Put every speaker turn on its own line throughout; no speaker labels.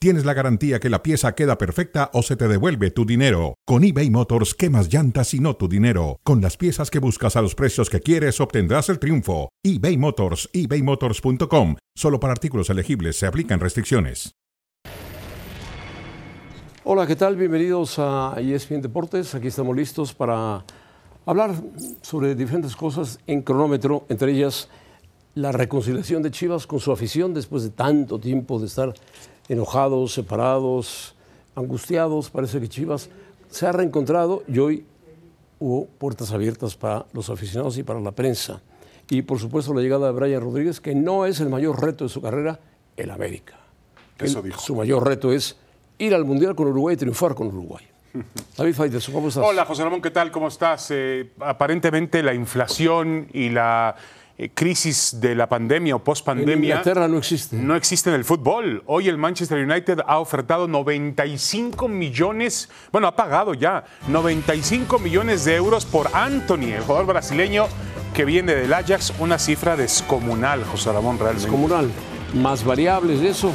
tienes la garantía que la pieza queda perfecta o se te devuelve tu dinero. Con eBay Motors, quemas llantas y no tu dinero. Con las piezas que buscas a los precios que quieres, obtendrás el triunfo. eBay Motors, ebaymotors.com. Solo para artículos elegibles se aplican restricciones.
Hola, ¿qué tal? Bienvenidos a E ESPN Deportes. Aquí estamos listos para hablar sobre diferentes cosas en cronómetro, entre ellas la reconciliación de Chivas con su afición después de tanto tiempo de estar enojados, separados, angustiados. Parece que Chivas se ha reencontrado y hoy hubo puertas abiertas para los aficionados y para la prensa. Y por supuesto la llegada de Brian Rodríguez, que no es el mayor reto de su carrera, el América.
Eso
Él-
dijo.
Su mayor reto es ir al Mundial con Uruguay y triunfar con Uruguay. David Faitelson, ¿cómo estás?
Hola José Ramón, ¿qué tal? ¿Cómo estás? Eh, aparentemente la inflación y la eh, crisis de la pandemia o
En
pospandemia
Inglaterra no existe.
no existe en el fútbol. Hoy el Manchester United ha ofertado 95 millones, bueno, ha pagado ya 95 millones de euros por Anthony, el jugador brasileño que viene del Ajax, una cifra descomunal, José Ramón, realmente.
Comunal, más variables de eso,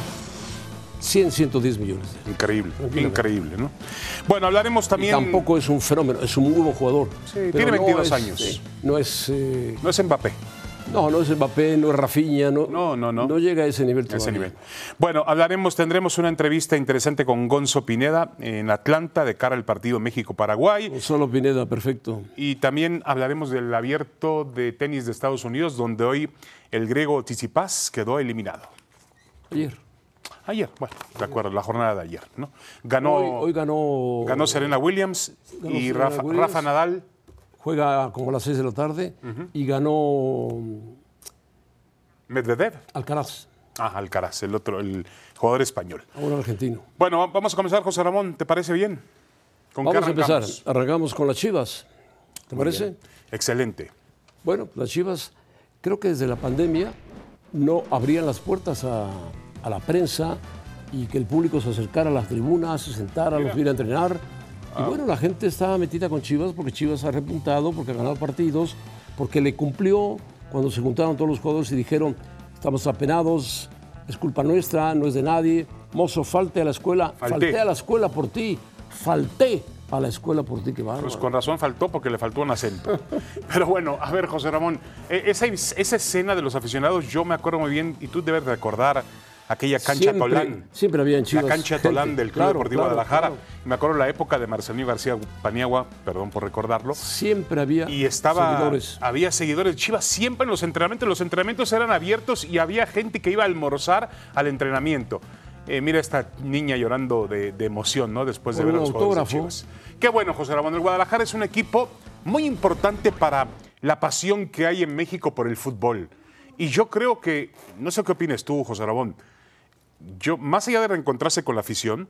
100, 110 millones.
Increíble, increíble, ¿no? Bueno, hablaremos
¿eh? Y
también...
tampoco es un fenómeno, es un muy buen jugador. pero
tiene 22
es,
años.
eh, no es. eh,
No es Mbappé.
no, no es Mbappé, no es Rafinha, no.
No, no, no.
No llega a ese nivel
A ese
todavía.
nivel. Bueno, hablaremos, tendremos una entrevista interesante con Gonzo Pineda en Atlanta de cara al partido México-Paraguay.
Gonzalo Pineda, perfecto.
Y también hablaremos del abierto de tenis de Estados Unidos, donde hoy el griego Tsitsipas quedó eliminado.
Ayer.
Ayer, bueno, de acuerdo, la jornada de ayer, ¿no? Ganó,
hoy, hoy ganó.
ganó Serena Williams
Ganó
y
Serena
Rafa,
Williams.
Rafa Nadal.
Juega como a las 6 de la tarde y ganó mm,
Medvedev,
Alcaraz,
ah, Alcaraz, el otro, el jugador español.
ahora argentino.
Bueno, vamos a comenzar, José Ramón, ¿te parece bien? ¿Con qué
Vamos a empezar.
arrancamos?
Arrancamos con las chivas. ¿Te parece?
Excelente.
Bueno, las Chivas, creo que desde la pandemia no abrían las puertas a, a la prensa y que el público se acercara a las tribunas, se sentara, los viera entrenar. Y bueno, la gente estaba metida con Chivas porque Chivas ha repuntado, porque ha ganado partidos, porque le cumplió cuando se juntaron todos los jugadores y dijeron, estamos apenados, es culpa nuestra, no es de nadie. Mozo, falte a la escuela,
Falté.
falté, a la escuela por ti, falté a la escuela por ti, que va.
Pues con razón faltó porque le faltó un acento. Pero bueno, a ver, José Ramón, eh, esa, esa escena de los aficionados, yo me acuerdo muy bien, y tú debes recordar aquella cancha
Siempre-
Tolán.
siempre había en Chivas
La cancha
gente.
Tolán del Club
Claro,
Deportivo
claro,
Guadalajara.
claro.
Me acuerdo la época de Marcelino García Paniagua, perdón por recordarlo.
Siempre había
Y estaba,
seguidores.
había seguidores de Chivas siempre en los entrenamientos. Los entrenamientos eran abiertos y había gente que iba a almorzar al entrenamiento. Eh, mira esta niña llorando de, de emoción, ¿no? Después de
Por
ver a
un
los jugadores de
autógrafo.
Chivas. Qué bueno, José Ramón. El Guadalajara es un equipo muy importante para la pasión que hay en México por el fútbol. Y yo creo que, no sé qué opinas tú, José Ramón, yo, más allá de reencontrarse con la afición,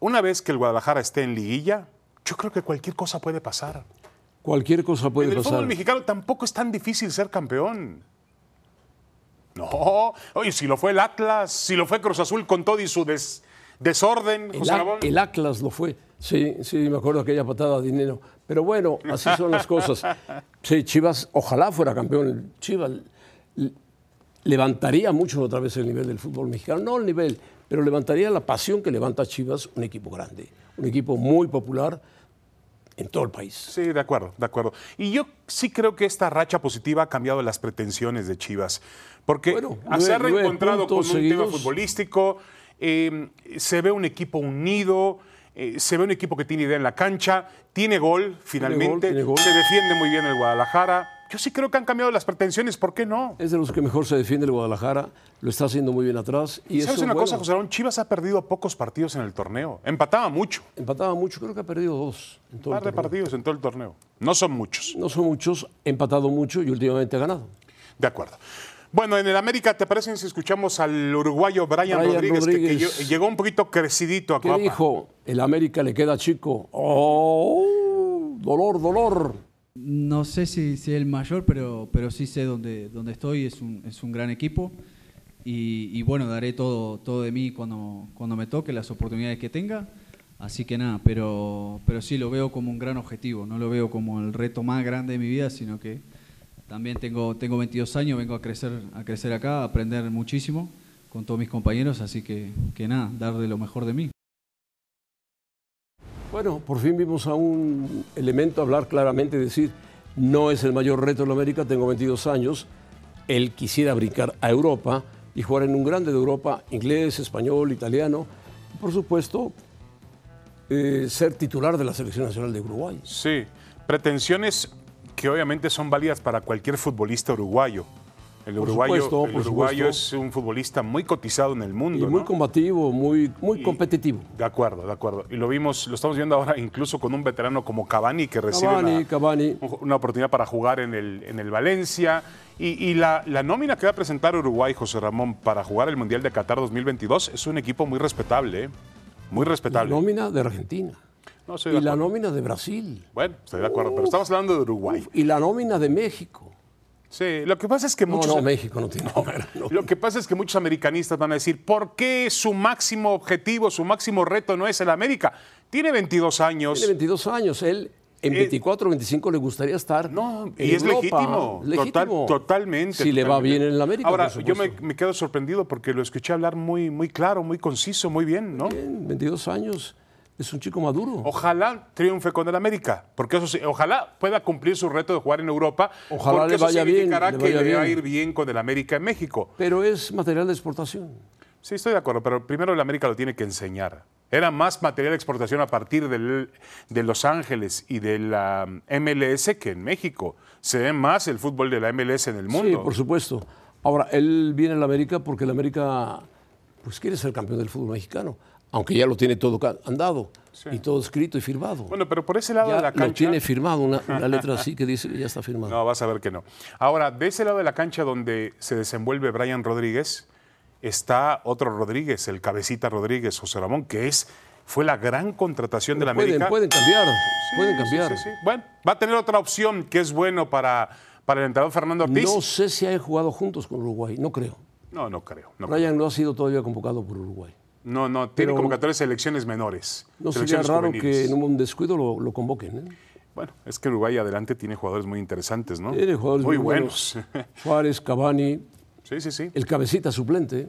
una vez que el Guadalajara esté en liguilla, yo creo que cualquier cosa puede pasar.
Cualquier cosa puede
En el
pasar.
fútbol mexicano tampoco es tan difícil ser campeón. No, oye, si lo fue el Atlas, si lo fue Cruz Azul con todo y su des- desorden,
El,
José Ramón.
Ac- el Atlas lo fue. Sí, sí, me acuerdo aquella patada de dinero. Pero bueno, así son las cosas. Sí, Chivas, ojalá fuera campeón. Chivas l- levantaría mucho otra vez el nivel del fútbol mexicano. No el nivel, pero levantaría la pasión que levanta Chivas, un equipo grande. Un equipo muy popular en todo el país.
Sí, de acuerdo, de acuerdo. Y yo sí creo que esta racha positiva ha cambiado las pretensiones de Chivas, porque
Bueno,
se
nueve-
ha
nueve
reencontrado con un
puntos
tema
seguidos.
futbolístico, eh, se ve un equipo unido, eh, se ve un equipo que tiene idea en la cancha, tiene gol finalmente,
tiene gol.
se defiende muy bien el Guadalajara. Yo sí creo que han cambiado las pretensiones, ¿por qué no?
Es de los que mejor se defiende el Guadalajara, lo está haciendo muy bien atrás. Y
¿Sabes
eso,
una cosa,
bueno,
José Ramón? Chivas ha perdido pocos partidos en el torneo. Empataba mucho.
Empataba mucho, creo que ha perdido dos. En todo
Un
el
par de
torneo.
partidos en todo el torneo. No son muchos.
No son muchos, he empatado mucho y últimamente he ganado.
De acuerdo. Bueno, en el América, ¿te parece si escuchamos al uruguayo Brian,
Brian
Rodríguez, que- Que,
Rodríguez.
lle- llegó un poquito crecidito a
¿Qué
Coapa?
dijo? El América le queda chico. ¡Oh! Dolor, dolor.
No sé si, si el mayor, pero, pero sí sé dónde, dónde estoy. Es un, es un gran equipo. y, y bueno, daré todo, todo de mí cuando, cuando me toque, las oportunidades que tenga. Así que nada, pero, pero sí lo veo como un gran objetivo, no lo veo como el reto más grande de mi vida, sino que también tengo, tengo 22 años, vengo a crecer, a crecer acá, a aprender muchísimo con todos mis compañeros, así que, que nada, dar de lo mejor de mí.
Bueno, por fin vimos a un elemento hablar claramente y decir, no es el mayor reto de la América, tengo 22 años, él quisiera brincar a Europa y jugar en un grande de Europa, inglés, español, italiano, y por supuesto, eh, ser titular de la Selección Nacional de Uruguay.
Sí, pretensiones que obviamente son válidas para cualquier futbolista uruguayo. El
Por
uruguayo,
supuesto,
el
por
uruguayo es
supuesto.
un futbolista muy cotizado en el
Y
mundo.
muy
¿no?
combativo, muy, muy
Y-
competitivo.
De acuerdo, de acuerdo. Y lo vimos, lo estamos viendo ahora incluso con un veterano como Cavani que recibe
Cavani,
una,
Cavani.
un- una oportunidad para jugar en el, en el Valencia. Y, y la, la nómina que va a presentar Uruguay, José Ramón, para jugar el Mundial de Qatar 2022 es un equipo muy respetable, ¿eh? muy
La
respetable.
nómina de Argentina.
No, estoy de
Y la
acuerdo.
nómina de Brasil.
Bueno, estoy de acuerdo, pero estamos hablando de Uruguay.
Y la nómina de México.
Sí, lo que pasa es que
No,
muchos...
no, México no tiene nómina. no.
Lo que pasa es que muchos americanistas van a decir, ¿por qué su máximo objetivo, su máximo reto no es el América? Tiene 22 años.
Tiene 22 años. Él en 24, 25 le gustaría estar.
Eh, No,
en
y es
Europa.
legítimo.
Legítimo.
Total- totalmente.
Si le va
totalmente.
bien en la América.
Ahora,
por
yo me,
supuesto.
me quedo sorprendido porque lo escuché hablar muy, muy claro, muy conciso, muy bien, ¿no?
Bien, 22 años. Es un chico maduro.
Ojalá triunfe con el América, porque eso sí, ojalá pueda cumplir su reto de jugar en Europa.
Ojalá
porque
le
eso
vaya bien,
significará
le
que
vaya
le va a
bien.
ir bien con el América en México.
Pero es material de exportación.
Sí, estoy de acuerdo, pero primero el América lo tiene que enseñar. Era más material de exportación a partir del- de Los Ángeles y de la MLS que en México. Se ve más el fútbol de la MLS en el mundo.
Sí, por supuesto. Ahora, él viene a la América porque la América pues quiere ser campeón del fútbol mexicano, aunque ya lo tiene todo ca- andado y todo escrito y firmado.
Bueno, pero por ese lado
ya
de la
lo
cancha.
tiene firmado, una, una letra así que dice que ya está firmado.
No, vas a ver que no. Ahora, de ese lado de la cancha donde se desenvuelve Brian Rodríguez, está otro Rodríguez, el cabecita Rodríguez, José Ramón, que es, fue la gran contratación de la
pueden,
América.
pueden cambiar,
Sí,
pueden
sí,
cambiar.
sí, sí. Bueno, va a tener otra opción que es bueno para, para el entrenador Fernando Ortiz.
No sé si han jugado juntos con Uruguay, no creo.
No, no creo. No, creo.
Ryan no ha sido todavía convocado por Uruguay.
no, no, tiene
Pero-
convocatorias de selecciones menores.
No sería
selecciones
raro que
juveniles.
en un descuido lo, lo convoquen. ¿eh?
Bueno, es que Uruguay adelante tiene jugadores muy interesantes, ¿no?
Tiene jugadores
Ah, muy,
muy
buenos.
Suárez, Cavani,
sí, sí, sí.
el cabecita suplente.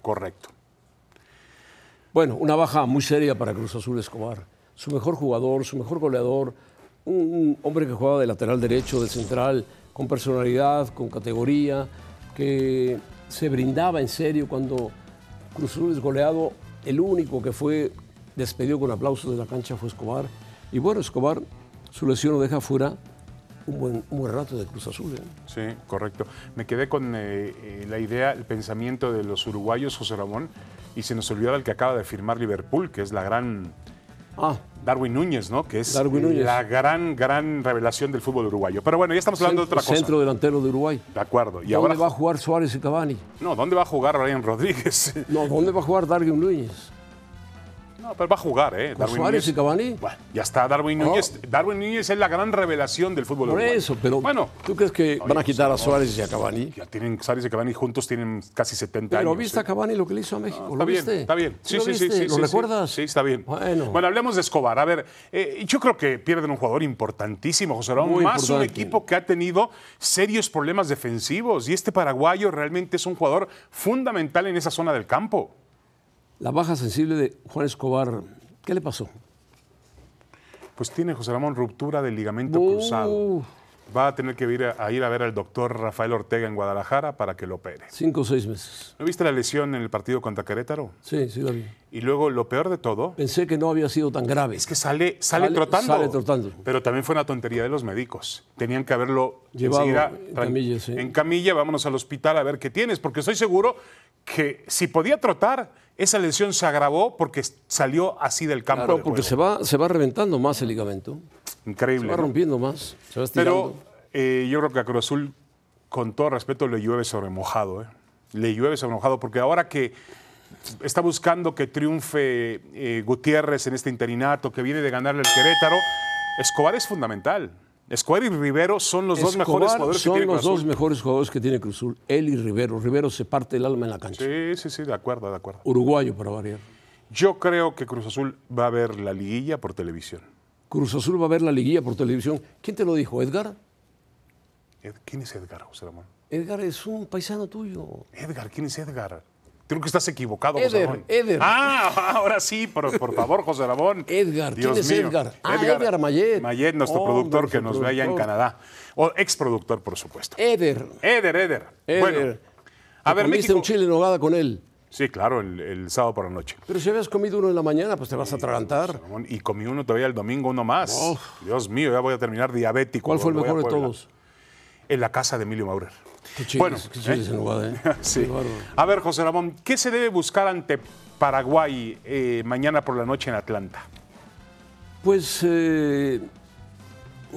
Correcto.
Bueno, una baja muy seria para Cruz Azul Escobar. Su mejor jugador, su mejor goleador, un hombre que jugaba de lateral derecho, de central, con personalidad, con categoría, que se brindaba en serio cuando Cruz Azul es goleado. El único que fue despedido con aplausos de la cancha fue Escobar. Y bueno, Escobar, su lesión lo deja fuera un buen, un buen rato de Cruz Azul. ¿eh?
Sí, correcto. Me quedé con eh, eh, la idea, el pensamiento de los uruguayos, José Ramón, y se nos olvidó el que acaba de firmar Liverpool, que es la gran
Ah,
Darwin Núñez, ¿no? Que es
Darwin Núñez.
la gran, gran revelación del fútbol uruguayo. Pero bueno, ya estamos hablando de otra cosa.
centro delantero de Uruguay.
De acuerdo. Y
¿Dónde
ahora,
va a jugar Suárez y Cavani?
no, ¿dónde va a jugar Ryan Rodríguez?
No, ¿dónde va a jugar Darwin Núñez?
no, pero va a jugar, ¿eh?
¿Con Suárez y Cavani?
Bueno, ya está Darwin Núñez. Darwin Núñez es la gran revelación del fútbol
Por
uruguayo.
eso, pero
Bueno,
¿tú crees que van a quitar a Suárez y a Cavani?
ya tienen Suárez y Cavani juntos, tienen casi 70
Pero
años. ¿eh?
viste a Cavani lo que le hizo a México,
Está
¿lo
bien,
viste?
está bien. Sí,
lo
sí, sí,
viste?
sí.
¿Lo
sí, sí.
recuerdas?
Sí, está bien.
Bueno,
hablemos de Escobar. A ver, eh, yo creo que pierden un jugador importantísimo, José Ramón.
Muy
más un
importante.
equipo que ha tenido serios problemas defensivos. Y este paraguayo realmente es un jugador fundamental en esa zona del campo.
la baja sensible de Juan Escobar, ¿qué le pasó?
Pues tiene, José Ramón, ruptura del ligamento
Uh.
cruzado. Va a tener que ir a, a ir a ver al doctor Rafael Ortega en Guadalajara para que lo opere.
Cinco o seis meses.
¿No viste la lesión en el partido contra Querétaro?
Sí, sí, la vi.
Y luego, lo peor de todo,
Pensé que no había sido tan grave.
Es que sale, sale,
Sale-
trotando.
sale trotando.
Pero también fue una tontería de los médicos. Tenían que haberlo
Llevado
enseguida,
en
tran-
camilla, sí.
En camilla, vámonos al hospital a ver qué tienes, porque estoy seguro que si podía trotar, esa lesión se agravó porque s- salió así del campo.
Claro,
de
porque se
juego.
va, se va reventando más el ligamento, se
Increíble.
va
¿no?
rompiendo más, se va
Pero
estirando.
eh, yo creo que a Cruz Azul, con todo respeto, le llueve sobre mojado. ¿eh? Le llueve sobre mojado, porque ahora que está buscando que triunfe eh, Gutiérrez en este interinato, que viene de ganarle el Querétaro, Escobar es fundamental. Escobar y Rivero son los dos
Escobar
mejores jugadores que
son
tiene Cruz
los dos
Azul.
mejores jugadores que tiene Cruz Azul. Él y Rivero. Rivero se parte el alma en la cancha.
Sí, sí, sí, de acuerdo, de acuerdo.
Uruguayo para variar.
Yo creo que Cruz Azul va a ver la liguilla por televisión.
Cruz Azul va a ver la liguilla por televisión. ¿Quién te lo dijo? ¿Edgar?
Ed- ¿Quién es Edgar, José Ramón?
Edgar es un paisano tuyo.
Edgar, ¿quién es Edgar? Creo que estás equivocado, José
Eder,
Ramón.
Eder.
Ah, ahora sí, por, por favor, José Ramón.
Edgar, ¿quién
Dios
es
mío.
Edgar? Ah, Edgar Mayet.
Mayet, nuestro
Oh,
productor que
nuestro
nos ve allá en
productor.
Canadá. O ex productor, por supuesto.
Eder.
Eder, Eder.
Eder.
Bueno, a
Te
ver,
comiste
México.
un chile en nogada con él.
Sí, claro, el, el sábado por la noche.
Pero si habías comido uno en la mañana, pues te vas a atragantar.
Ramón, Y comí uno todavía el domingo, uno más. Dios mío, ya voy a terminar diabético.
¿Cuál fue el
Voy a
mejor de
Puebla.
todos?
En la casa de Emilio Maurer.
Qué chiles,
Bueno,
qué chiles
¿eh?
en nogada, ¿eh?
Sí.
Qué bárbaro.
A ver, José Ramón, ¿qué se debe buscar ante Paraguay eh, mañana por la noche en Atlanta?
Pues, eh,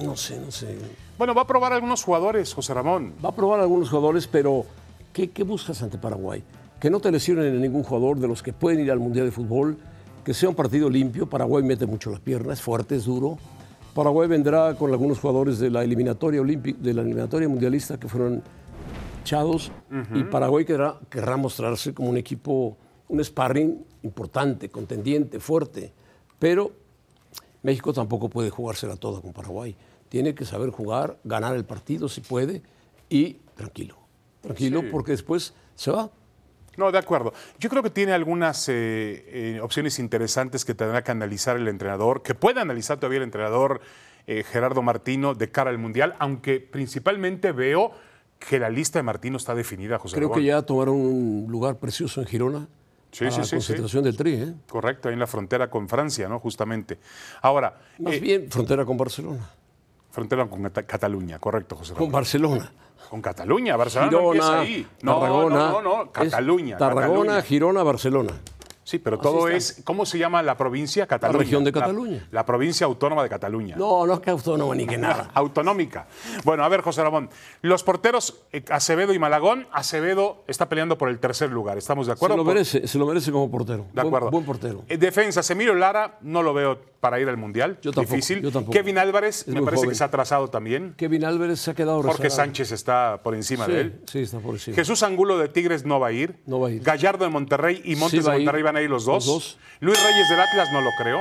no sé, no sé.
Bueno, va a probar algunos jugadores, José Ramón.
Va a probar algunos jugadores, pero ¿qué, qué buscas ante Paraguay? Que no te lesionen a ningún jugador de los que pueden ir al Mundial de Fútbol, que sea un partido limpio. Paraguay mete mucho las piernas, es fuerte, es duro. Paraguay vendrá con algunos jugadores de la eliminatoria, olímpi- de la eliminatoria mundialista que fueron echados y Paraguay querrá, querrá mostrarse como un equipo, un sparring importante, contendiente, fuerte. Pero México tampoco puede jugársela toda con Paraguay. Tiene que saber jugar, ganar el partido si puede y tranquilo. Tranquilo porque después se va.
No, de acuerdo. Yo creo que tiene algunas eh, eh, opciones interesantes que tendrá que analizar el entrenador, que puede analizar todavía el entrenador eh, Gerardo Martino de cara al Mundial, aunque principalmente veo que la lista de Martino está definida, José
Creo
Ramón.
que ya tomaron un lugar precioso en Girona.
Sí,
a
sí, sí, sí.
concentración del Tri, ¿eh?
Correcto, ahí en la frontera con Francia, ¿no? Justamente. Ahora,
Más
eh,
bien frontera con Barcelona.
frontera con Cata- Cataluña, correcto, José
Con
Ramón.
Barcelona.
Con Cataluña, Barcelona no empieza
Girona,
ahí. No,
Tarragona.
no, no, no,
es
Cataluña.
Tarragona,
Cataluña.
Girona, Barcelona.
Sí, pero todo
está.
es. ¿Cómo se llama la provincia? Cataluña.
región de Cataluña.
La, provincia autónoma de Cataluña.
No, no es que autónomo ni que nada.
Autonómica. Bueno, a ver, José Ramón. Los porteros eh, Acevedo y Malagón. Acevedo está peleando por el tercer lugar. ¿Estamos de acuerdo?
Se lo
Por-
merece, se lo merece como portero.
De acuerdo.
Buen, buen portero.
Eh, defensas, Emilio Lara, no lo veo para ir al Mundial.
Yo tampoco,
Difícil.
yo tampoco.
Kevin Álvarez,
Es
me
muy
parece que
joven.
se ha atrasado también.
Kevin Álvarez se ha quedado
Jorge
rezagado.
Sánchez está por encima
Sí,
de él.
sí, está por encima.
Jesús Angulo de Tigres no va a ir.
No va a ir.
Gallardo de Monterrey y Montes
va
de
a ir.
Monterrey van a ir los dos.
Los dos.
Luis Reyes del Atlas no lo creo.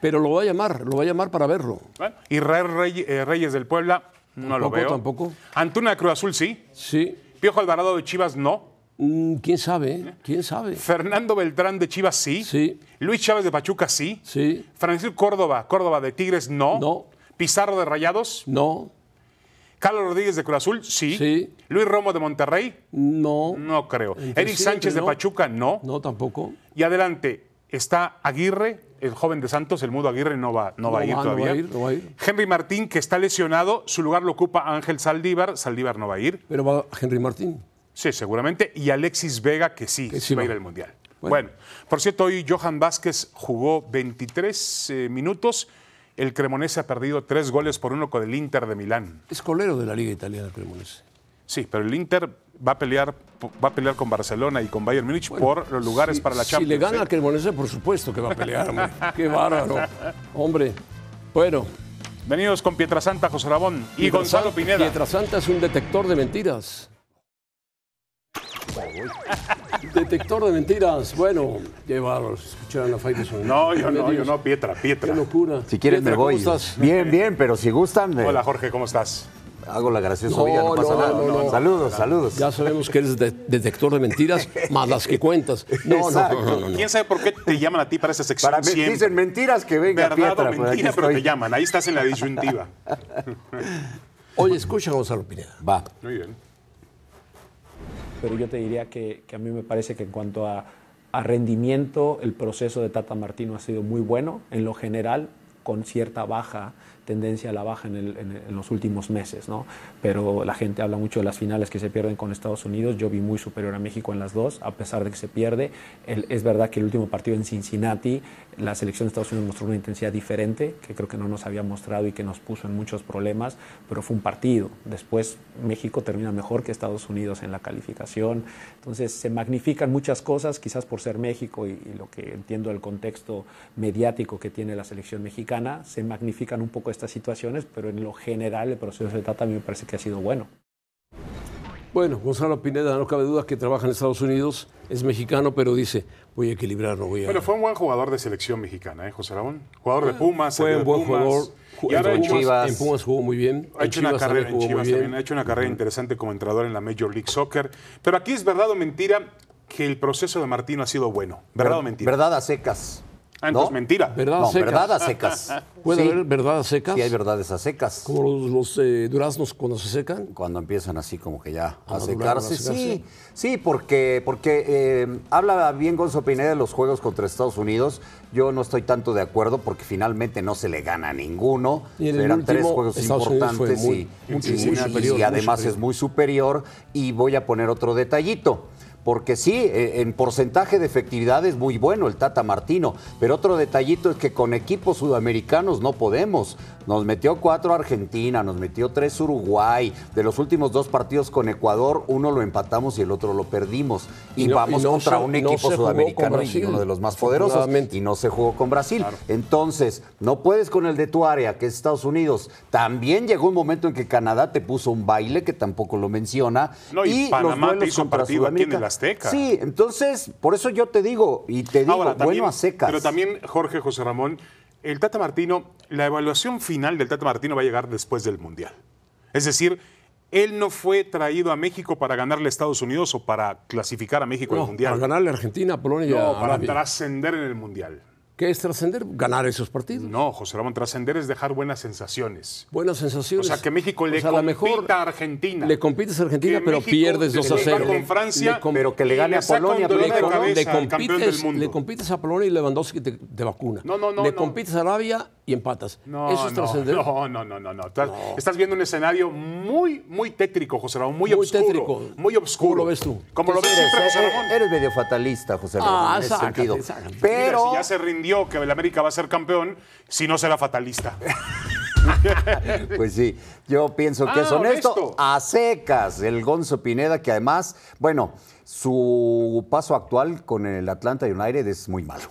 Pero lo va a llamar, lo va a llamar para verlo.
Bueno, Israel Rey- eh, Reyes del Puebla no lo
Tampoco,
veo.
tampoco.
Antuna de Cruz Azul sí.
Sí.
Piojo Alvarado de Chivas no.
Mm, ¿Quién sabe? eh? ¿Quién sabe?
Fernando Beltrán de Chivas sí.
Sí.
Luis Chávez de Pachuca sí.
Sí.
Francisco Córdoba, Córdoba de Tigres no.
No.
Pizarro de Rayados.
No.
Carlos Rodríguez de Cruz Azul sí.
Sí.
Luis Romo de Monterrey
No.
no creo.
Entre
Eric
sí,
Sánchez
entre
de
no.
Pachuca no.
No, tampoco.
Y adelante está Aguirre, el joven de Santos, el mudo Aguirre no va, no va a ir
va, no
todavía.
va a ir, no va a ir.
Henry Martín, que está lesionado, su lugar lo ocupa Ángel Saldívar, Saldívar no va a ir,
Pero va Henry Martín.
sí, seguramente, y Alexis Vega, que sí,
Que sí
va a
va.
ir al Mundial. Bueno.
Bueno.
por cierto, hoy Johan Vázquez jugó 23 eh, minutos, el Cremonese ha perdido tres goles por uno con el Inter de Milán.
Es colero de la Liga Italiana Cremonese.
Sí, pero el Inter va a pelear, va a pelear con Barcelona y con Bayern Múnich por los lugares
Si-
para la Champions.
Si le
¿eh?
gana al Cremonese, por supuesto que va a pelear, hombre. Qué bárbaro. Hombre. Bueno.
¿eh? Venidos con Pietrasanta, José Rabón y, Gonzalo Pineda.
Pietrasanta es un detector de mentiras. detector de mentiras. Bueno, qué bárbaro. Escucharon a Faitelson.
No, yo no, yo
Medios.
no, Pietra, Pietra.
Qué locura.
Si quieren
Pietra,
me voy.
¿Cómo estás?
Bien, bien, pero si gustan, me
Hola Jorge, ¿cómo estás?
hago la graciosa
No,
vida, no pasa
no,
nada.
no, no, no.
saludos, saludos.
Ya sabemos que eres de- detector de mentiras, más las que cuentas. No, no, no, no, no.
¿Quién sabe por qué te llaman a ti para esa sección?
Para me-
siempre?
dicen mentiras que venga
verdad
Pietra,
o
pero aquí
mentira, pero te
estoy.
llaman. Ahí estás en la disyuntiva.
Oye, escucha a Gonzalo Pineda.
Va.
Muy bien.
pero yo te diría que, que a mí me parece que en cuanto a, a rendimiento, el proceso de Tata Martino ha sido muy bueno en lo general, con cierta baja, tendencia a la baja en, el- en el- en los últimos meses, ¿no? Pero la gente habla mucho de las finales que se pierden con Estados Unidos, yo vi muy superior a México en las dos, a pesar de que se pierde. El- es verdad que el último partido en Cincinnati, la selección de Estados Unidos mostró una intensidad diferente, que creo que no nos había mostrado y que nos puso en muchos problemas, pero fue un partido. Después México termina mejor que Estados Unidos en la calificación. Entonces se magnifican muchas cosas, quizás por ser México y, y lo que entiendo del contexto mediático que tiene la selección mexicana, se magnifican un poco estas situaciones, pero en lo general el proceso de Tata a mí me parece que ha sido bueno.
Bueno, Gonzalo Pineda, no cabe duda que trabaja en Estados Unidos, es mexicano, pero dice, voy a equilibrar, no voy a...
Bueno, fue un buen jugador de selección mexicana, ¿eh, José Ramón? Jugador de Pumas,
Ah, Fue
salió
un
de
buen
Pumas.
jugador.
Y ahora
en,
en Chivas-
Pumas,
Chivas-
en Pumas jugó muy bien.
Ha
en
hecho, una
Chivas también
carrera, en
jugó muy
Chivas
bien.
también, ha hecho una carrera interesante como entrenador en la Major League Soccer. Pero aquí es verdad o mentira que el proceso de Martino ha sido bueno. ¿Verdad o mentira?
Verdad a secas.
Ah, entonces
¿No?
mentira.
¿Verdad?
No,
secas.
verdad a secas.
¿Puede
Sí,
haber verdad a secas?
sí hay verdades a secas.
Como los, los, eh, duraznos cuando se secan.
cuando empiezan así como que ya a,
madurar,
secarse.
a secarse.
Sí, sí, porque, porque eh, habla bien Gonzo Pineda de los juegos contra Estados Unidos. Yo no estoy tanto de acuerdo porque finalmente no se le gana a ninguno.
Y en el
Eran
último,
tres juegos
Estados Unidos fue
importantes
muy-
y,
muy-
y-
muy
y-
superior,
y además
muy superior.
es muy superior. Y voy a poner otro detallito. Porque sí, eh, en porcentaje de efectividad es muy bueno el Tata Martino, pero otro detallito es que con equipos sudamericanos no podemos. Nos metió cuatro Argentina, nos metió tres Uruguay. De los últimos dos partidos con Ecuador, uno lo empatamos y el otro lo perdimos. Y,
Y no-
vamos
y no
contra
se-
un
no
equipo
se jugó con
sudamericano y
Brasil,
uno de los más poderosos.
afortunadamente.
Y no se jugó con Brasil. Entonces, no puedes con el de tu área, que es Estados Unidos. También llegó un momento en que Canadá te puso un baile, que tampoco lo menciona.
No, y Panamá te
duelos
hizo
contra
partido aquí en el
Sudamérica.
Azteca.
Sí, entonces, por eso yo te digo, y te digo,
Ahora, también-
bueno a secas.
Pero también, Jorge José Ramón, el Tata Martino, la evaluación final del Tata Martino va a llegar después del Mundial. Es decir, él no fue traído a México para ganarle a Estados Unidos o para clasificar a México al
No, para
Mundial.
ganarle a Argentina, a Polonia y a
no, para
Arabia.
trascender en el Mundial.
¿Qué es trascender? Ganar esos partidos.
No, José Ramón, trascender es dejar buenas sensaciones.
Buenas
O
sensaciones.
sea, que México le
sea, Pues, a lo
compita a Argentina.
Le compites a Argentina,
Que
pero
México
pierdes
le
2 a
compita
0.
con Francia,
Le com-
pero que le
y
gane a
saca un
Polonia,
dolor
pero
le,
de
no-
com- le
cabeza al campeón del
compites,
mundo.
le compites a Polonia y Lewandowski te, te vacuna.
No, no, no,
Le
no.
compites a Arabia y empatas.
No,
Eso es
no,
trascender.
No, no, no, no, no. Estás, estás viendo un escenario muy, muy tétrico, José Ramón, muy,
Muy
oscuro.
tétrico.
Muy oscuro.
¿Cómo lo ves tú?
Como lo ves
eres,
siempre, José
eres-
Ramón.
eres medio fatalista, José Ramón,
Ah,
en ese
sácate,
sentido.
sácate.
Mira,
Pero
si ya se rindió que el América va a ser campeón, si no será fatalista.
Pues sí, yo pienso que
Ah,
es honesto.
honesto.
A secas, el Gonzo Pineda, que además, bueno, su paso actual con el Atlanta United es muy malo.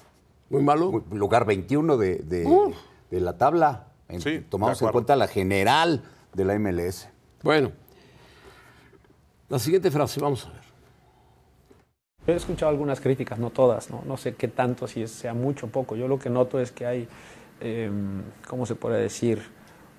Muy malo.
Muy- Lugar 21 de, de- de la tabla. En-
Sí,
tomamos
de
en
acuerdo.
cuenta la general de la MLS.
Bueno. La siguiente frase, vamos a ver.
Yo he escuchado algunas críticas, no todas, no, no sé qué tanto, si es- sea mucho o poco. Yo lo que noto es que hay, eh, ¿cómo se puede decir?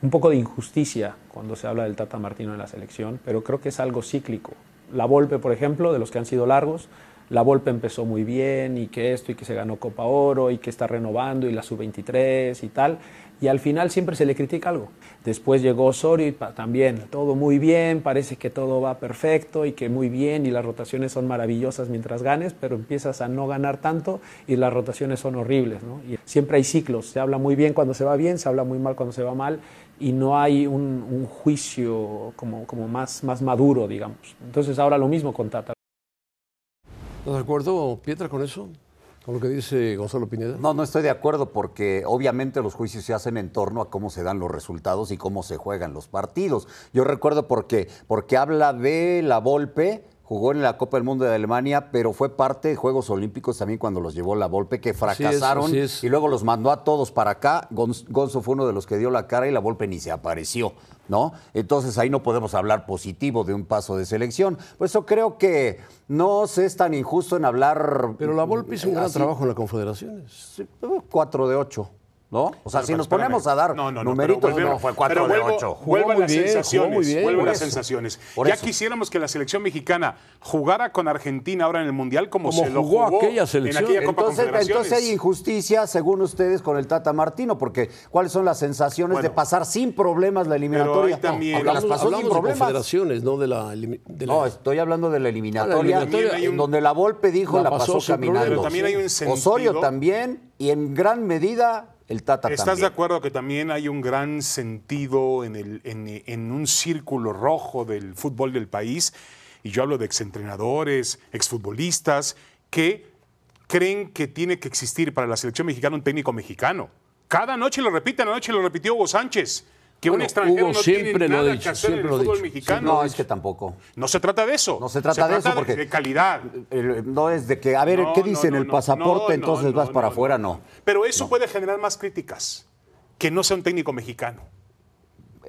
Un poco de injusticia cuando se habla del Tata Martino en la selección, pero creo que es algo cíclico. La Volpe, por ejemplo, de los que han sido largos, la Volpe empezó muy bien y que esto y que se ganó Copa Oro y que está renovando y la sub-23 y tal, y al final siempre se le critica algo. Después llegó Osorio y pa- también, todo muy bien, parece que todo va perfecto y que muy bien y las rotaciones son maravillosas mientras ganes, pero empiezas a no ganar tanto y las rotaciones son horribles. ¿no? Y siempre hay ciclos, se habla muy bien cuando se va bien, se habla muy mal cuando se va mal y no hay un, un juicio como, como más, más maduro, digamos. Entonces ahora lo mismo con Tata.
¿Estás de acuerdo, Pietra, con eso? ¿Con lo que dice Gonzalo Pineda?
No, no estoy de acuerdo porque obviamente los juicios se hacen en torno a cómo se dan los resultados y cómo se juegan los partidos. Yo recuerdo porque, porque habla de la Volpe, jugó en la Copa del Mundo de Alemania, pero fue parte de Juegos Olímpicos también cuando los llevó la Volpe, que
Así es,
fracasaron
así es.
y luego los mandó a todos para acá. Gon- Gonzo fue uno de los que dio la cara y la Volpe ni se apareció, ¿no? Entonces ahí no podemos hablar positivo de un paso de selección. Por eso creo que no se es tan injusto en hablar.
Pero la Volpe hizo un gran
así
trabajo en las confederaciones.
4 de 8, ¿no? O sea, si nos
Espérame.
ponemos a dar
No, no, no,
numeritos,
pero vuelve-
no, fue 4
pero
de
vuelvo-
8.
Jugó
Vuelvo a
muy
las
bien, jugó muy
sensaciones.
bien.
Vuelvo a
Por
las
eso.
sensaciones.
Por
Ya
eso.
quisiéramos que la selección mexicana jugara con Argentina ahora en el Mundial como,
Como
se lo
jugó
jugó,
aquella selección.
en aquella Copa
Entonces,
Confederaciones.
entonces hay injusticia, según ustedes, con el Tata Martino, porque ¿cuáles son las sensaciones
Bueno.
de pasar sin problemas la eliminatoria?
ahí también-
Porque las
Hablamos-
pasó sin
hablamos de
problemas.
confederaciones, no de la... elimi- de la-
No, estoy hablando de la eliminatoria,
eliminatoria.
en donde la Volpe dijo
La
la,
pasó
pasó,
sin
caminando.
problemas.
Pero también hay un
Osorio
sentido-
también, y en gran medida el Tata
¿Estás
también.
de acuerdo que también hay un gran sentido en, el, en, en un círculo rojo del fútbol del país? Y yo hablo de exentrenadores, exfutbolistas, que creen que tiene que existir para la selección mexicana un técnico mexicano. Cada noche lo repiten, anoche lo repitió Hugo Sánchez, que un
Bueno,
extranjero
Hugo
no
siempre
tiene
lo ha
nada
dicho,
que hacer en el
siempre lo ha
fútbol
dicho.
mexicano.
No, es que tampoco.
No se trata de eso.
No se trata de eso porque-
de calidad.
El- No es de que, a ver,
No,
¿qué
no,
dice en
no,
el
no.
pasaporte?
No,
entonces
no,
vas
no,
para
no,
afuera,
no.
no.
Pero eso puede generar más críticas que no sea un técnico mexicano.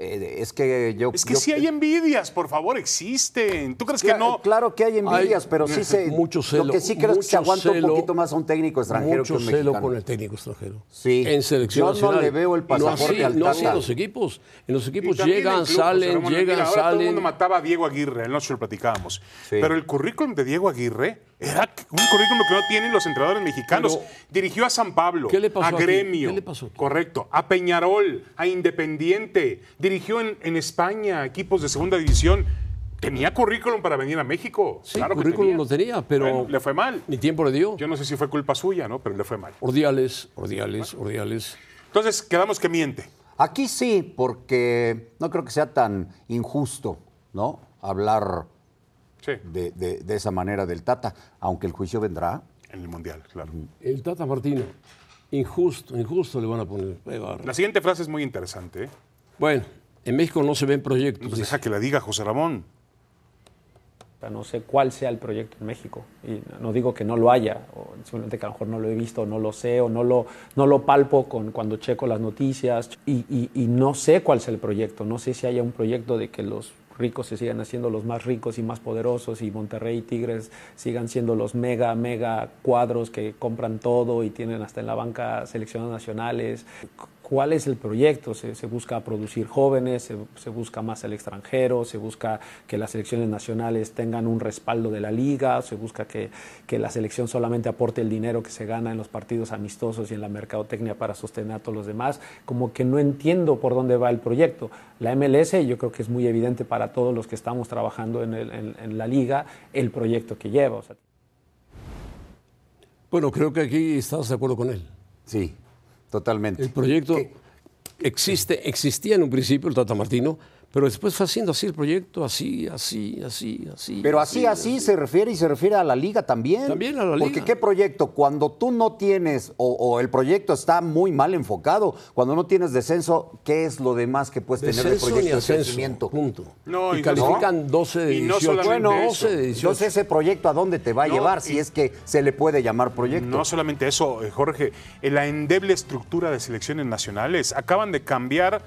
eh, es que yo...
Es que
yo-
sí hay envidias, por favor, existen. ¿Tú crees que
Claro,
eh,
no?
claro que hay envidias,
Hay
pero sí se.
mucho celo,
Lo que sí creo es que se
mucho
aguanta un
celo,
poquito más a un técnico extranjero
Mucho
que un
celo
mexicano.
con el técnico extranjero.
Sí.
En selección
Yo no
nacional.
le veo el
Y
pasaporte
no así,
al
no así
Tata.
en los equipos. En los
Y
equipos pues
también
llegan,
en clubes,
salen,
Ramón,
llegan,
mira, ahora Todo el
salen.
mundo mataba a Diego Aguirre, anoche lo platicábamos.
Sí.
Pero el currículum de Diego Aguirre era un currículum que no tienen los entrenadores mexicanos.
Pero-
Dirigió a San Pablo,
¿Qué le pasó
a
aquí?
Gremio,
¿Qué le pasó aquí?
correcto, a Peñarol, a Independiente. Dirigió en, en España equipos de segunda división. Tenía currículum para venir a México.
Sí,
claro que
currículum
tenía.
lo tenía, pero
Bueno, le fue mal.
ni tiempo le dio.
Yo no sé si fue culpa suya, ¿no? Pero le fue mal.
Ordiales, Ordiales, Ordiales.
Entonces quedamos que miente.
Aquí sí, porque no creo que sea tan injusto, ¿no? Hablar
Sí.
de, de- de esa manera del Tata, aunque el juicio vendrá.
En el Mundial, claro.
El Tata Martino. Injusto, injusto le van a poner. Qué bárbaro.
La siguiente frase es muy interesante. ¿eh?
Bueno, en México no se ven proyectos.
Pues
dice.
deja que la diga José Ramón.
O sea, no sé cuál sea el proyecto en México. Y no digo que no lo haya, o simplemente que a lo mejor no lo he visto, no lo sé, o no lo, no lo palpo con, cuando checo las noticias. Y, y- y no sé cuál sea el proyecto. No sé si haya un proyecto de que los ricos se sigan haciendo los más ricos y más poderosos y Monterrey y Tigres sigan siendo los mega, mega cuadros que compran todo y tienen hasta en la banca selecciones nacionales. ¿Cuál es el proyecto? Se, se busca producir jóvenes, se, se busca más el extranjero, se busca que las selecciones nacionales tengan un respaldo de la liga, se busca que, que la selección solamente aporte el dinero que se gana en los partidos amistosos y en la mercadotecnia para sostener a todos los demás. Como que no entiendo por dónde va el proyecto. La MLS yo creo que es muy evidente para todos los que estamos trabajando en, el- en- en la liga el proyecto que lleva. O sea,
Bueno, creo que aquí estás de acuerdo con él.
Sí, totalmente.
El proyecto
¿Qué?
existe, existía en un principio el Tata Martino, pero después fue haciendo así el proyecto, así, así, así, así.
Pero así, así se refiere y se refiere a la liga también.
También a la liga.
Porque qué proyecto, cuando tú no tienes o, o el proyecto está muy mal enfocado, cuando no tienes descenso, ¿qué es lo demás que puedes tener de
Descenso
proyecto
ni
de
ascenso,
crecimiento?
punto.
No,
y
y no-
califican 12 de
y
18.
no solamente
bueno,
eso.
12 de 18.
Entonces ese proyecto a dónde te va a
No,
llevar
y-
si es que se le puede llamar proyecto.
No solamente eso, eh, Jorge, eh, la endeble estructura de selecciones nacionales. Acaban de cambiar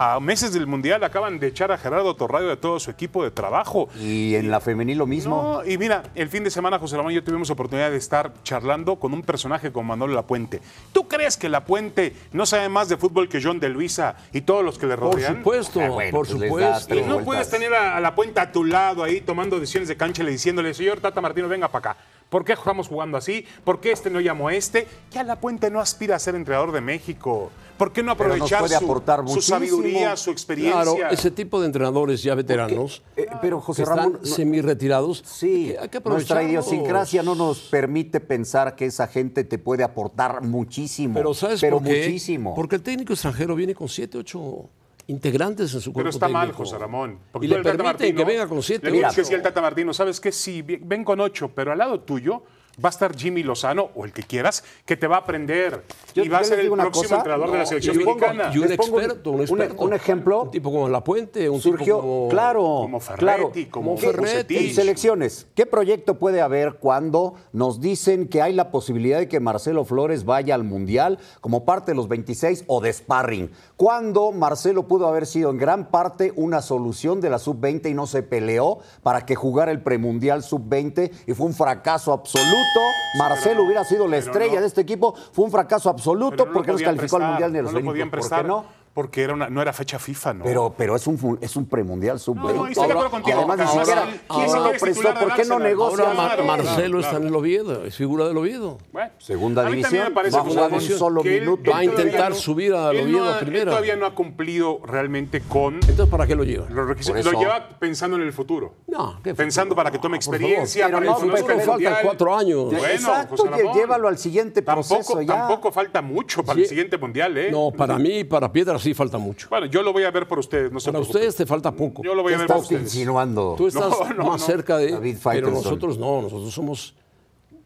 a meses del Mundial, acaban de echar a Gerardo Torradio de todo su equipo de trabajo.
y en la femenil lo mismo.
No, y mira, el fin de semana, José Ramón y yo tuvimos oportunidad de estar charlando con un personaje como Manolo Lapuente. ¿Tú crees que Lapuente no sabe más de fútbol que John de Luisa y todos los que le
por
rodean?
supuesto,
Ah, bueno,
por
pues les da
supuesto.
Y
tres
no
vueltas.
puedes tener a, a Lapuente a tu lado ahí tomando decisiones de cancha y diciéndole, señor Tata Martino, venga para acá. ¿Por qué jugamos jugando así? ¿Por qué este no llamó a este? Ya Lapuente no aspira a ser entrenador de México. ¿Por qué no
Pero nos
aprovechar
puede
su-
aportar
su,
muchísimo.
sabiduría, su experiencia?
Claro, ese tipo de entrenadores ya veteranos.
Eh, pero José
que están
Ramón, no-
semi-retirados. hay que-
Sí,
hay que
nuestra
aprovecharlos.
idiosincrasia no nos permite pensar que esa gente te puede aportar muchísimo.
Pero ¿sabes por qué?
muchísimo.
Porque el técnico extranjero viene con 7, 8 integrantes en su cuerpo
Pero está mal,
técnico.
José Ramón.
Y
tú
le
al
permiten
Tata
que
Martino
venga con 7,
le dices
Mira,
que sí al Tata Martino, ¿sabes qué? Sí, bien, ven con ocho, pero al lado tuyo va a estar Jimmy Lozano o el que quieras, que te va a aprender
Yo-
y va a
yo
ser
les
el
digo una
próximo
cosa,
entrenador de la
no,
selección
y un-
mexicana.
Y un
Les pongo un-
experto, un
un- e-
experto.
un ejemplo.
Un tipo como La Puente, un
surgió,
tipo como...
claro,
como Ferretti,
claro,
como
¿Qué-
Ferretti.
En selecciones, ¿qué proyecto puede haber cuando nos dicen que hay la posibilidad de que Marcelo Flores vaya al Mundial como parte de los 26 o de sparring? Cuando Marcelo pudo haber sido en gran parte una solución de la sub-20 y no se peleó para que jugara el premundial sub-20 y fue un fracaso absoluto. Marcelo
no,
hubiera sido la
pero
estrella
no.
de este equipo, fue un fracaso absoluto
Pero lo
porque no se
podían
calificó al
prestar,
Mundial ni a los
No lo podían
Olímpicos. ¿Por
prestar
qué no?
porque era una, no era fecha FIFA, ¿no?
Pero, pero es un fu- es un premundial sub
No, no, estoy de acuerdo contigo.
Además, ni
Ahora-
siquiera
ahora-
¿quién se lo
ahora-
prestó? ¿Por qué no
Ahora
negocia?
Ahora Mar-
Claro,
Marcelo
claro,
está en el Oviedo, es figura del Oviedo.
Bueno,
Segunda
a mí
división,
también me parece
va a jugar
jugador
un solo
que él-
minuto.
él
Va a intentar
todavía
subir a
él no
Oviedo
ha- él
primera.
todavía no ha cumplido realmente con
Entonces, ¿para qué lo lleva?
los requisitos.
Eh, Por
Lo
eso.
lleva pensando en el futuro.
No, ¿qué
Pensando
futuro?
para que tome
No, por
experiencia,
favor.
para
Pero
que
no, pues,
conozca el
pero faltan
mundial.
cuatro años.
Bueno, pues,
Exacto,
José
que
Ramón.
llévalo al siguiente
Tampoco-
proceso ya.
Tampoco falta mucho para el
Sí.
siguiente mundial, ¿eh?
No, para mí, para Piedra sí falta mucho.
Bueno, yo lo voy a ver por ustedes, no se
Para
preocupen.
ustedes te falta poco.
Yo lo voy
¿Qué
a ver por
estás
ustedes.
insinuando?
Tú estás
No, no,
más
no.
cerca de.
David
pero
Faitelson.
nosotros no, nosotros somos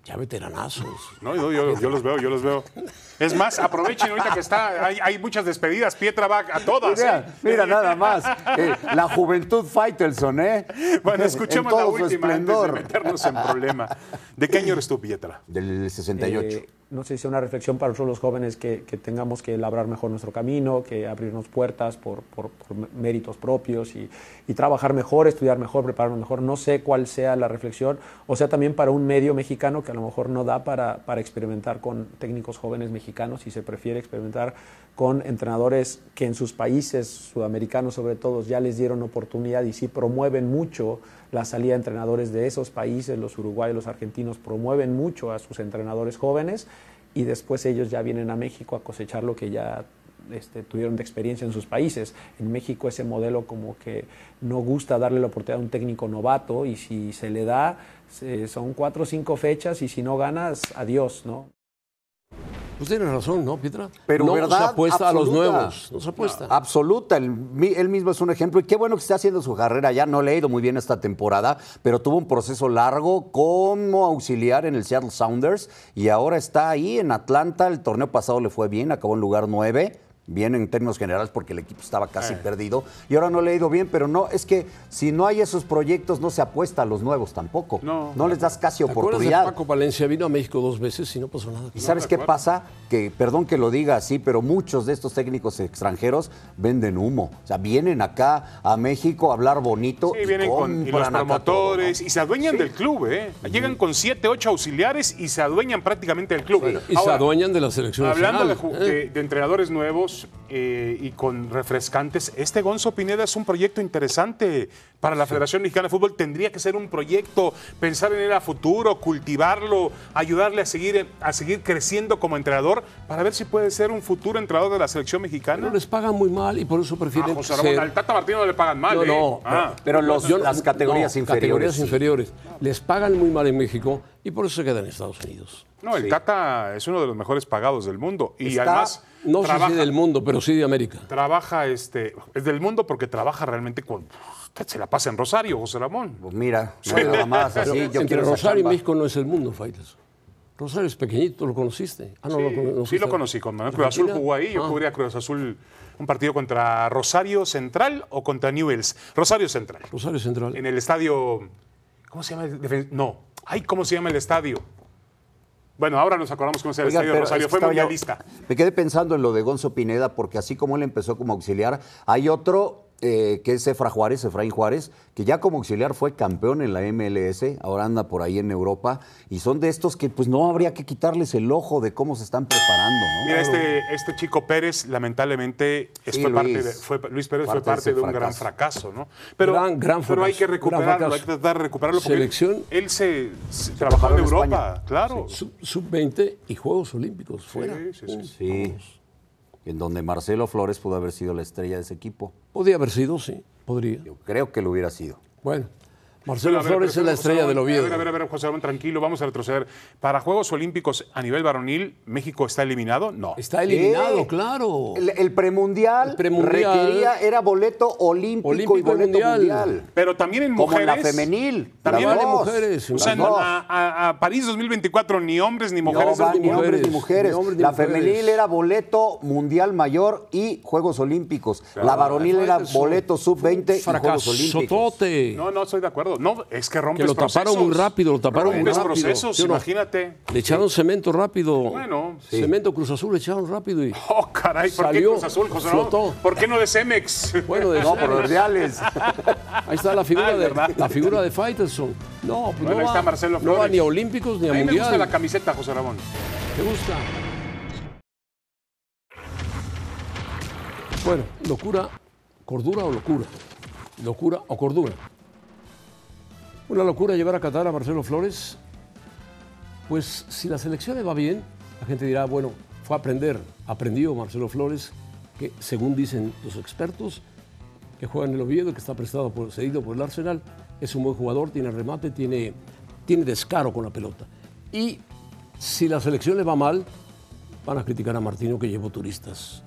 ya veteranazos.
No, no, yo, yo los veo, yo los veo. Es más, aprovechen ahorita que está, hay, hay muchas despedidas, Pietra va a todas. ¿eh?
Mira, mira nada más. eh, la juventud Faitelson, ¿eh?
Bueno,
En
escuchemos la
todo su
última antes de
esplendor.
meternos en problema. ¿De qué año eres tú, Pietra?
Del 68.
Eh, no sé si es una reflexión para nosotros los jóvenes que, que tengamos que labrar mejor nuestro camino, que abrirnos puertas por, por- por méritos propios y, y trabajar mejor, estudiar mejor, prepararnos mejor. No sé cuál sea la reflexión, o sea también para un medio mexicano que a lo mejor no da para, para experimentar con técnicos jóvenes mexicanos y se prefiere experimentar con entrenadores que en sus países, sudamericanos sobre todo, ya les dieron oportunidad y sí promueven mucho la salida de entrenadores de esos países, los uruguayos, los argentinos, promueven mucho a sus entrenadores jóvenes y después ellos ya vienen a México a cosechar lo que ya este, tuvieron de experiencia en sus países. En México ese modelo como que no gusta darle la oportunidad a un técnico novato y si se le da, se- son cuatro o cinco fechas y si no ganas, adiós, ¿no?
Pues tienes razón, ¿no, Pietra?
Pero
no
verdad
se apuesta a los
absoluta. Ah,
nuevos. No se apuesta.
Absoluta, él, mi- él mismo es un ejemplo. Y qué bueno que está haciendo su carrera. Ya no le ha ido muy bien esta temporada, pero tuvo un proceso largo como auxiliar en el Seattle Sounders y ahora está ahí en Atlanta. El torneo pasado le fue bien, acabó en lugar 9. Bien en términos generales porque el equipo estaba
Eh.
casi perdido y ahora no le ha ido bien, pero no, es que si no hay esos proyectos no se apuesta a los nuevos tampoco.
No.
les das
¿Te
casi
acuerdas de
oportunidad.
Paco Valencia? Vino a México dos veces y no pasó nada.
¿Y sabes qué pasa? Que, perdón que lo diga así, pero muchos de estos técnicos extranjeros venden humo. O sea, vienen acá a México a hablar bonito.
Sí, vienen con y los
compran acá todo, ¿no?
promotores y se adueñan del club, ¿eh? Llegan con siete, ocho auxiliares y se adueñan prácticamente del club.
Y se
Ahora,
adueñan de la selección
Hablando de,
nacional,
ju-
¿eh?
de- de entrenadores nuevos eh, y con refrescantes, este Gonzo Pineda es un proyecto interesante para la Federación Mexicana de Fútbol. Tendría que ser un proyecto, pensar en él a futuro, cultivarlo, ayudarle a seguir, a seguir creciendo como entrenador para ver si puede ser un futuro entrenador de la selección mexicana.
No les pagan muy mal y por eso
A
prefieren
Ah, José Ramón,
ser-
al Tata Martino no le pagan mal.
No,
¿eh?
no.
Ah.
Pero los-
Yo no-
las categorías
no,
inferiores.
categorías
sí.
inferiores. Les pagan muy mal en México y por eso se quedan en Estados Unidos.
No, el Tata es uno de los mejores pagados del mundo. Y
Está-
además
No
trabaja,
sé si del mundo, pero sí de América.
trabaja, este, es del mundo porque trabaja realmente con. Usted se la pasa en Rosario, José Ramón.
Pues mira, no hay nada más así.
Pero
yo
entre
quiero esa
Rosario y
chamba.
México no es el mundo, Faitas. Rosario es pequeñito, ¿lo conociste? Ah, no,
Sí,
lo cono-
sí lo
conociste.
conocí. Con Manuel Cruz Azul
Argentina.
jugó ahí. Yo
Ah.
cubría Cruz Azul un partido contra Rosario Central o contra Newells. Rosario Central.
Rosario Central.
En el estadio. ¿Cómo se llama? el defen- No. Ay, ¿cómo se llama el estadio? Bueno, ahora nos acordamos cómo se llama
Oigan,
el estadio de Rosario.
pero es que
Fue
estaba yo-
mundialista.
me quedé pensando en lo de Gonzo Pineda, porque así como él empezó como auxiliar, hay otro eh, que es Efra Juárez, Efraín Juárez, que ya como auxiliar fue campeón en la MLS, ahora anda por ahí en Europa, y son de estos que pues no habría que quitarles el ojo de cómo se están preparando, ¿no?
Mira, este, este chico Pérez, lamentablemente, es-
Sí,
fue parte
Luis.
de- fue- Luis Pérez
Parte
fue
de
parte
ese
de, un gran fracaso, ¿no? Pero,
Gran- gran
pero hay
fracaso,
que
gran
recuperarlo,
fracaso.
hay que tratar de recuperarlo. porque
Selección.
Él se, se trabajó en
preparó en
Europa,
España.
claro.
Sub- Sub-20 y Juegos Olímpicos, fuera.
sí, sí, sí.
Sí, en donde Marcelo Flores pudo haber sido la estrella de ese equipo.
Podía haber sido, sí, podría.
Yo creo que lo hubiera sido.
Bueno,
Pero,
Marcelo
a ver,
Flores
pero,
es la
José
estrella
Ramón,
del Oviedo.
A ver, a ver, a ver, José Ramón, tranquilo, vamos a retroceder. Para Juegos Olímpicos a nivel varonil, ¿México está eliminado? No.
Está eliminado,
Sí.
claro.
eh,
El, el premundial,
El premundial.
requería, era boleto olímpico,
Olímpico
y
y
boleto mundial.
mundial.
Pero también en
Como en
mujeres.
la femenil.
También
las
en
dos.
mujeres,
O
Las
sea,
dos.
a, a- a París 2024, ni hombres ni
No
mujeres.
van
ni
ni hombres ni
mujeres,
mujeres.
ni hombres ni
la
mujeres.
femenil era boleto mundial mayor y Juegos Olímpicos. la varonil era boleto sub-20 y Juegos Olímpicos.
Fracasotote.
No, no, estoy de acuerdo. No, es que rompes
Que lo
procesos.
taparon muy rápido, lo taparon muy
Rompes
rápido.
procesos,
Yo no-
imagínate.
Le echaron cemento rápido.
Bueno, sí.
Cemento Cruz Azul le echaron rápido y.
Oh, caray, ¿por qué
Salió,
Cruz Azul, José Ramón?
flotó.
¿Por qué no de Cemex?
Bueno, de-
No, por los reales.
Ahí está la figura
Ah, es
de
verdad.
la figura de Faitelson. No, pues
Bueno,
no
ahí
va,
está Marcelo
no va
Flores.
ni a Olímpicos ni
a
a,
mí me
Mundial.
gusta la camiseta, José Ramón.
¿Te gusta? Bueno, locura, cordura o locura. Locura o cordura. Una locura llevar a Qatar a Marcelo Flores. Pues si las elecciones va bien, la gente dirá, bueno, fue a aprender, aprendió Marcelo Flores, que según dicen los expertos, que juega en el Oviedo, que está prestado por, cedido por el Arsenal, es un buen jugador, tiene remate, tiene, tiene descaro con la pelota. Y si la selección le va mal, van a criticar a Martino que llevó turistas.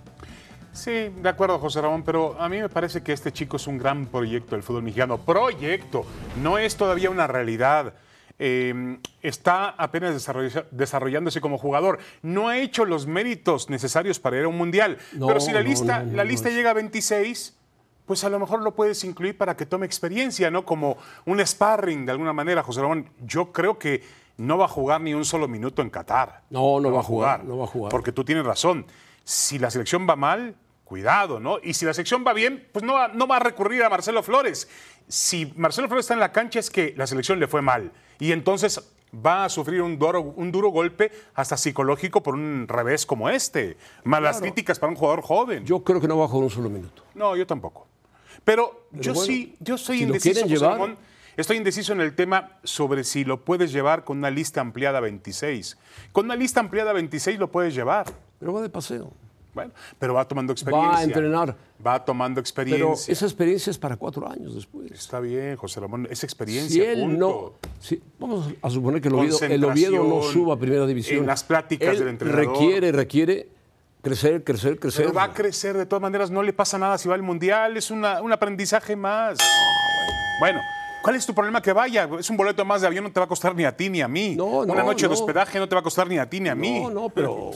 Sí, de acuerdo, José Ramón, pero a mí me parece que este chico es un gran proyecto del fútbol mexicano. Proyecto, no es todavía una realidad. Eh, está apenas desarrolla- desarrollándose como jugador. No ha hecho los méritos necesarios para ir a un mundial.
No,
pero si la
no,
lista,
no, no,
la
no
lista
es-
llega a 26, pues a lo mejor lo puedes incluir para que tome experiencia, ¿no? Como un sparring de alguna manera, José Ramón. Yo creo que no va a jugar ni un solo minuto en Qatar.
No, no va a jugar, no va a jugar.
Porque tú tienes razón. Si la selección va mal, cuidado, ¿no? Y si la selección va bien, pues no, va- no va a recurrir a Marcelo Flores. Si Marcelo Flores está en la cancha es que la selección le fue mal. Y entonces va a sufrir un duro, un duro golpe hasta psicológico por un revés como este. Malas críticas para un jugador joven.
Yo creo que no va a jugar un solo minuto.
No, yo tampoco. Pero, yo
bueno,
sí, yo soy
si lo
indeciso.
quieren
José
llevar.
Ramón. estoy indeciso en el tema sobre si lo puedes llevar con una lista ampliada a 26. Con una lista ampliada a 26 lo puedes llevar.
Pero va de paseo.
Bueno, pero va tomando experiencia.
entrenar.
Va tomando experiencia.
Pero esa experiencia es para cuatro años después.
Está bien, José Ramón, es
Si
experiencia.
él no.
punto.
si- vamos a suponer que el Oviedo, el Oviedo no
Concentración,
suba a primera división.
en las pláticas
Él
del entrenador.
Requiere, requiere crecer, crecer, crecer.
Pero va a crecer, de todas maneras, no le pasa nada si va al Mundial, es una- un aprendizaje más.
Ah,
bueno. ¿cuál es tu problema que vaya? Es un boleto más de avión, no te va a costar ni a ti ni a mí.
No,
una
no,
noche de
no.
hospedaje no te va a costar ni a ti ni a mí.
No, no, pero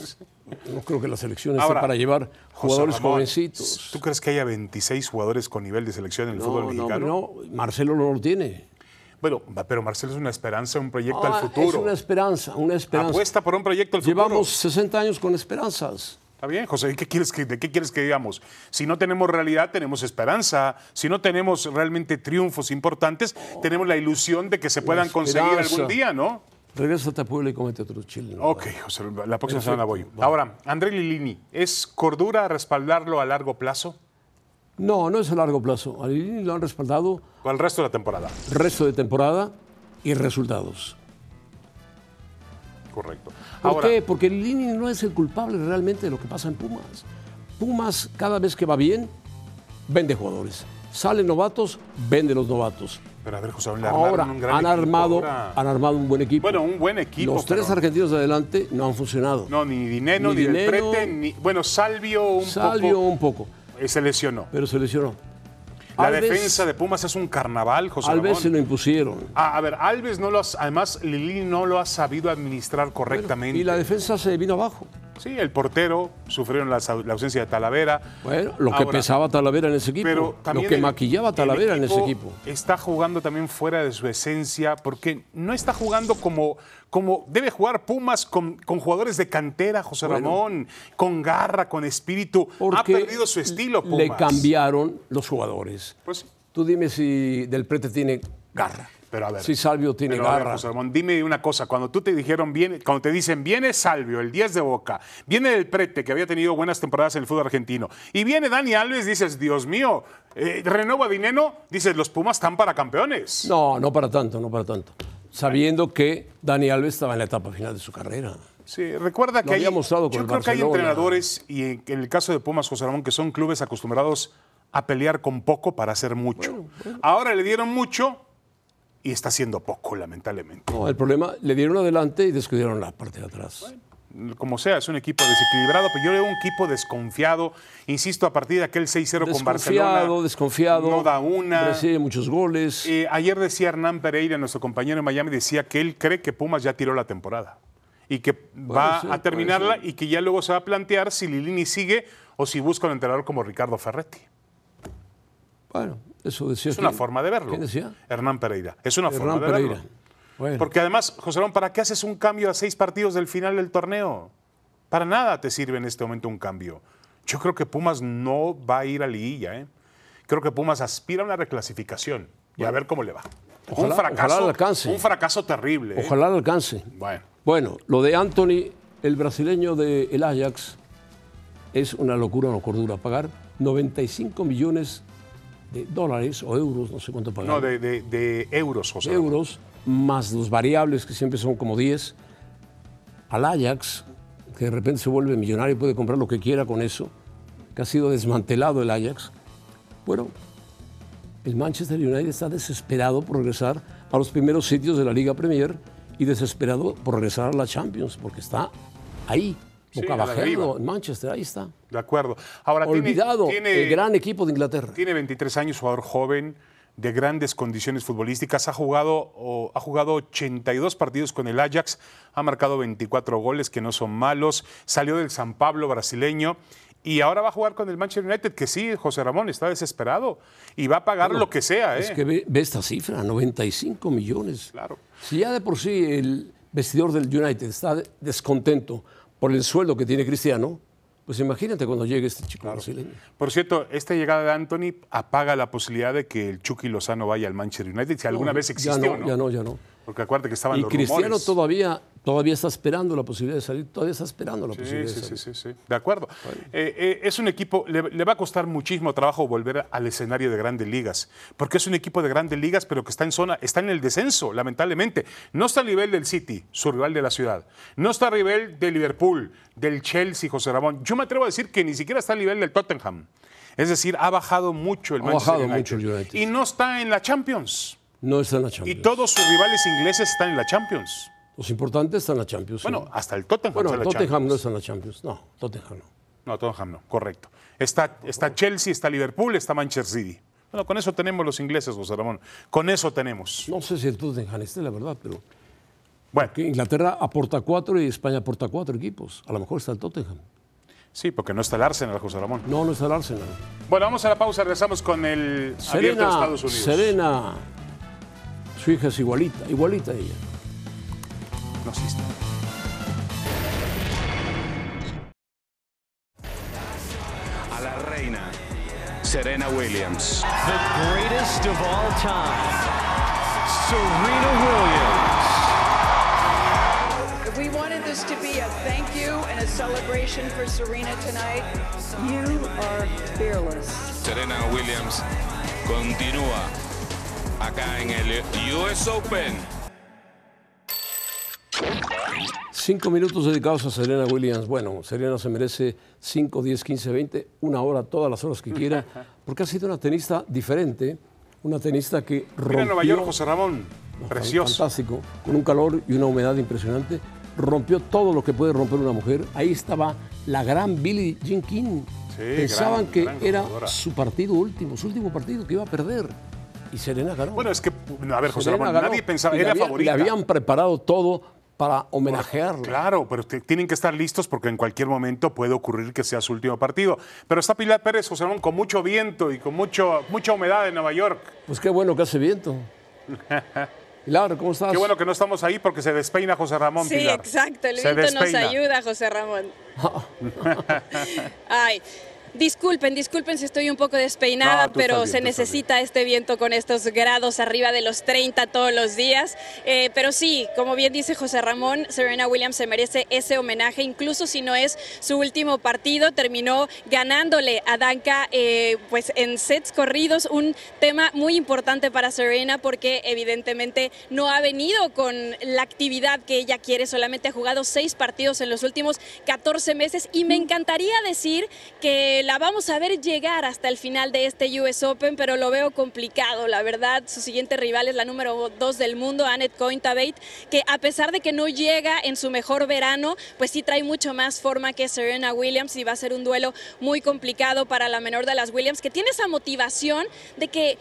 no creo que la selección esté
Ahora,
para llevar
José
jugadores
Ramón,
jovencitos.
¿Tú crees que haya 26 jugadores con nivel de selección en el
No,
fútbol
no,
mexicano?
no, Marcelo no lo tiene.
Bueno, va- pero Marcelo es una esperanza, un proyecto
Ah,
al futuro.
Es una esperanza, una esperanza.
Apuesta por un proyecto al futuro.
Llevamos 60 años con esperanzas.
Está bien, José, ¿y ¿qué quieres que, ¿de qué quieres que digamos? Si no tenemos realidad, tenemos esperanza. Si no tenemos realmente triunfos importantes, tenemos la ilusión de que se puedan conseguir
esperanza.
algún día, ¿no?
Regrésate a Puebla y comete otro chile. ¿no?
Ok, José, la próxima semana voy. Ahora, André Lilini, ¿es cordura respaldarlo a largo plazo
No, no es a largo plazo. A Lilini lo han respaldado
o al resto de la temporada?
resto de temporada y resultados.
Correcto.
¿Por
Ahora,
qué? Porque Lilini no es el culpable realmente de lo que pasa en Pumas. Pumas, cada vez que va bien, vende jugadores. Salen novatos, vende los novatos.
pero a ver, José, le armaron
Ahora
un gran
han
equipo
armado,
ahora.
han armado un buen equipo.
Bueno, un buen equipo.
los tres
pero-
argentinos de adelante no han funcionado.
No, ni Dineno,
Ni
ni, Del
Dineno.
Prete, ni. Bueno, Salvio un
Salió
poco.
un poco,
eh, se lesionó.
pero se lesionó.
La
Alves-
defensa de Pumas es un carnaval, José
Alves
Ramón.
se lo impusieron.
Ah, a ver, Alves no lo has- además Lili no lo ha sabido administrar correctamente.
Y la defensa se vino abajo.
Sí, el portero sufrieron la, sa- la ausencia de Talavera.
Bueno, lo que
Ahora,
pesaba Talavera en ese equipo,
pero
lo
también
que
el-
maquillaba
el
Talavera en ese equipo.
Está jugando también fuera de su esencia porque no está jugando como, como debe jugar Pumas con, con jugadores de cantera, José Ramón, con garra, con espíritu. ha
Porque
perdido su estilo Pumas.
Le cambiaron los jugadores.
Pues sí.
Tú dime si Del Prete tiene garra.
Pero a ver.
Si Salvio tiene
pero a ver,
garra.
José Ramón, dime una cosa. Cuando tú te dijeron bien, cuando te dicen viene Salvio, el 10 de Boca, viene el Prete, que había tenido buenas temporadas en el fútbol argentino, y viene Dani Alves, dices, Dios mío, eh, renova Dineno, dices, los Pumas están para campeones.
No, no para tanto, no para tanto. Sabiendo que Dani Alves estaba en la etapa final de su carrera.
Sí, recuerda que
Lo
hay,
había mostrado con
yo
el
creo que hay
Barcelona.
entrenadores, y en, en el caso de Pumas, José Ramón, que son clubes acostumbrados a pelear con poco para hacer mucho. Ahora le dieron mucho y está haciendo poco, lamentablemente.
No, el problema, le dieron adelante y descuidaron la parte de atrás.
como sea, es un equipo desequilibrado, pero yo veo un equipo desconfiado. Insisto, a partir de aquel 6-0 con Barcelona.
desconfiado, desconfiado.
No da una.
Recibe muchos goles.
Eh, ayer decía Hernán Pereira, nuestro compañero en Miami, decía que él cree que Pumas ya tiró la temporada y que va
ser,
a
puede
terminarla y que ya luego se va a plantear si Lilini sigue o si busca un entrenador como Ricardo Ferretti.
Bueno, eso decía.
Es una
quién-
forma de verlo.
¿Quién decía?
Hernán Pereira. Es una
Hernán
forma de
Pereira.
verlo.
Bueno,
Porque además, José Ramón, ¿para qué haces un cambio a seis partidos del final del torneo? Para nada te sirve en este momento un cambio. Yo creo que Pumas no va a ir a liguilla. ¿eh? Creo que Pumas aspira a una reclasificación y a ver cómo le va.
Ojalá-
un fracaso,
ojalá alcance.
un fracaso terrible. ¿eh?
ojalá lo alcance.
Bueno,
Bueno, lo de Anthony, el brasileño del Ajax, es una locura, una cordura. Pagar 95 millones de dólares o euros, no sé cuánto pagar.
no de, de- de euros, José. Ramón.
euros, más los variables, que siempre son como 10, al Ajax, que de repente se vuelve millonario y puede comprar lo que quiera con eso, que ha sido desmantelado el Ajax. Bueno, el Manchester United está desesperado por regresar a los primeros sitios de la Liga Premier y desesperado por regresar a la Champions, porque está ahí,
Sí,
boca
a la deriva.
abajo, en Manchester, ahí está.
De acuerdo. Ahora tiene-
Olvidado
tiene,
el gran equipo de Inglaterra.
Tiene 23 años, jugador joven, de grandes condiciones futbolísticas. Ha jugado, o, ha jugado 82 partidos con el Ajax, ha marcado 24 goles, que no son malos. Salió del San Pablo brasileño. Y ahora va a jugar con el Manchester United, que sí, José Ramón está desesperado. Y va a pagar lo que sea, ¿eh?
Es que ve, ve esta cifra, 95 millones.
Claro.
Si ya de por sí el vestidor del United está de- descontento por el sueldo que tiene Cristiano, pues imagínate cuando llegue este chico brasileño.
Por cierto, esta llegada de Anthony apaga la posibilidad de que el Chucky Lozano vaya al Manchester United, si alguna
No,
vez existió,
ya no, ya no, ya no.
Porque acuérdate que estaban
Y
los
Cristiano
rumores.
todavía todavía está esperando la posibilidad de salir, todavía está esperando la
Sí,
posibilidad de
sí,
pues salir.
sí, sí, sí. De acuerdo. Eh, eh, es un equipo, le, le va a costar muchísimo trabajo volver al escenario de grandes ligas, porque es un equipo de grandes ligas, pero que está en zona, está en el descenso, lamentablemente. No está al nivel del City, su rival de la ciudad. No está al nivel de Liverpool, del Chelsea, José Ramón. Yo me atrevo a decir que ni siquiera está al nivel del Tottenham. Es decir, ha bajado mucho el
Ha
Manchester
bajado
United.
mucho el United.
Y no está en la Champions.
No está en la
Y
Champions.
todos sus rivales ingleses están en la Champions.
Los importantes están en la Champions. sí.
Bueno, hasta el Tottenham
Bueno,
está en la
Tottenham
Champions.
no está en la Champions. No, Tottenham no.
No, Tottenham no, correcto. Está, está Chelsea, está Liverpool, está Manchester City. Bueno, con eso tenemos los ingleses, José Ramón. Con eso tenemos.
No sé si el Tottenham esté, la verdad, pero
Bueno,
que Inglaterra aporta cuatro y España aporta cuatro equipos. A lo mejor está el Tottenham.
sí, porque no está el Arsenal, José Ramón.
No, no está el Arsenal.
Bueno, vamos a la pausa, regresamos con el abierto de
Serena,
Estados Unidos.
Serena, su hija es igualita, igualita a ella.
No, sí está.
a la reina Serena Williams.
The greatest of all time, Serena Williams.
We wanted this to be a thank you and a celebration for Serena tonight. You are fearless.
Serena Williams continúa acá en el US Open.
Cinco minutos dedicados a Serena Williams. Bueno, Serena se merece 5, 10, 15, 20, una hora, todas las horas que quiera, porque ha sido una tenista diferente, una tenista que rompió...
Mira Nueva York, José Ramón. Precioso.
Fantástico, con un calor y una humedad impresionante. Rompió todo lo que puede romper una mujer. Ahí estaba la gran Billie Jean King. Pensaban
gran,
que
gran
era
jugadora.
su partido último, su último partido que iba a perder. Y Serena ganó.
Bueno, es que, a ver, José
Serena
Ramón,
ganó.
nadie pensaba,
Y le
era
había-
favorita.
Le habían preparado todo para homenajearla.
Claro, pero te- tienen que estar listos porque en cualquier momento puede ocurrir que sea su último partido. Pero está Pilar Pérez, José Ramón, con mucho viento y con mucho, mucha humedad en Nueva York.
Pues qué bueno que hace viento. Pilar, ¿cómo estás?
Qué bueno que no estamos ahí porque se despeina José Ramón
Sí,
Pilar.
exacto, el
Se
viento nos
despeina.
ayuda, José Ramón. Ay, disculpen, disculpen si estoy un poco despeinada,
No, tú estás
pero
bien, tú
se
estás
necesita este viento con estos grados arriba de los 30 todos los días. Eh, pero sí, como bien dice José Ramón, Serena Williams se merece ese homenaje, incluso si no es su último partido, terminó ganándole a Danca eh, pues en sets corridos, un tema muy importante para Serena porque evidentemente no ha venido con la actividad que ella quiere, solamente ha jugado seis partidos en los últimos 14 meses y me encantaría decir que la vamos a ver llegar hasta el final de este US Open, pero lo veo complicado, la verdad, su siguiente rival es la número 2 del mundo, Annette Cointabate, que a pesar de que no llega en su mejor verano, pues sí trae mucho más forma que Serena Williams y va a ser un duelo muy complicado para la menor de las Williams, que tiene esa motivación de que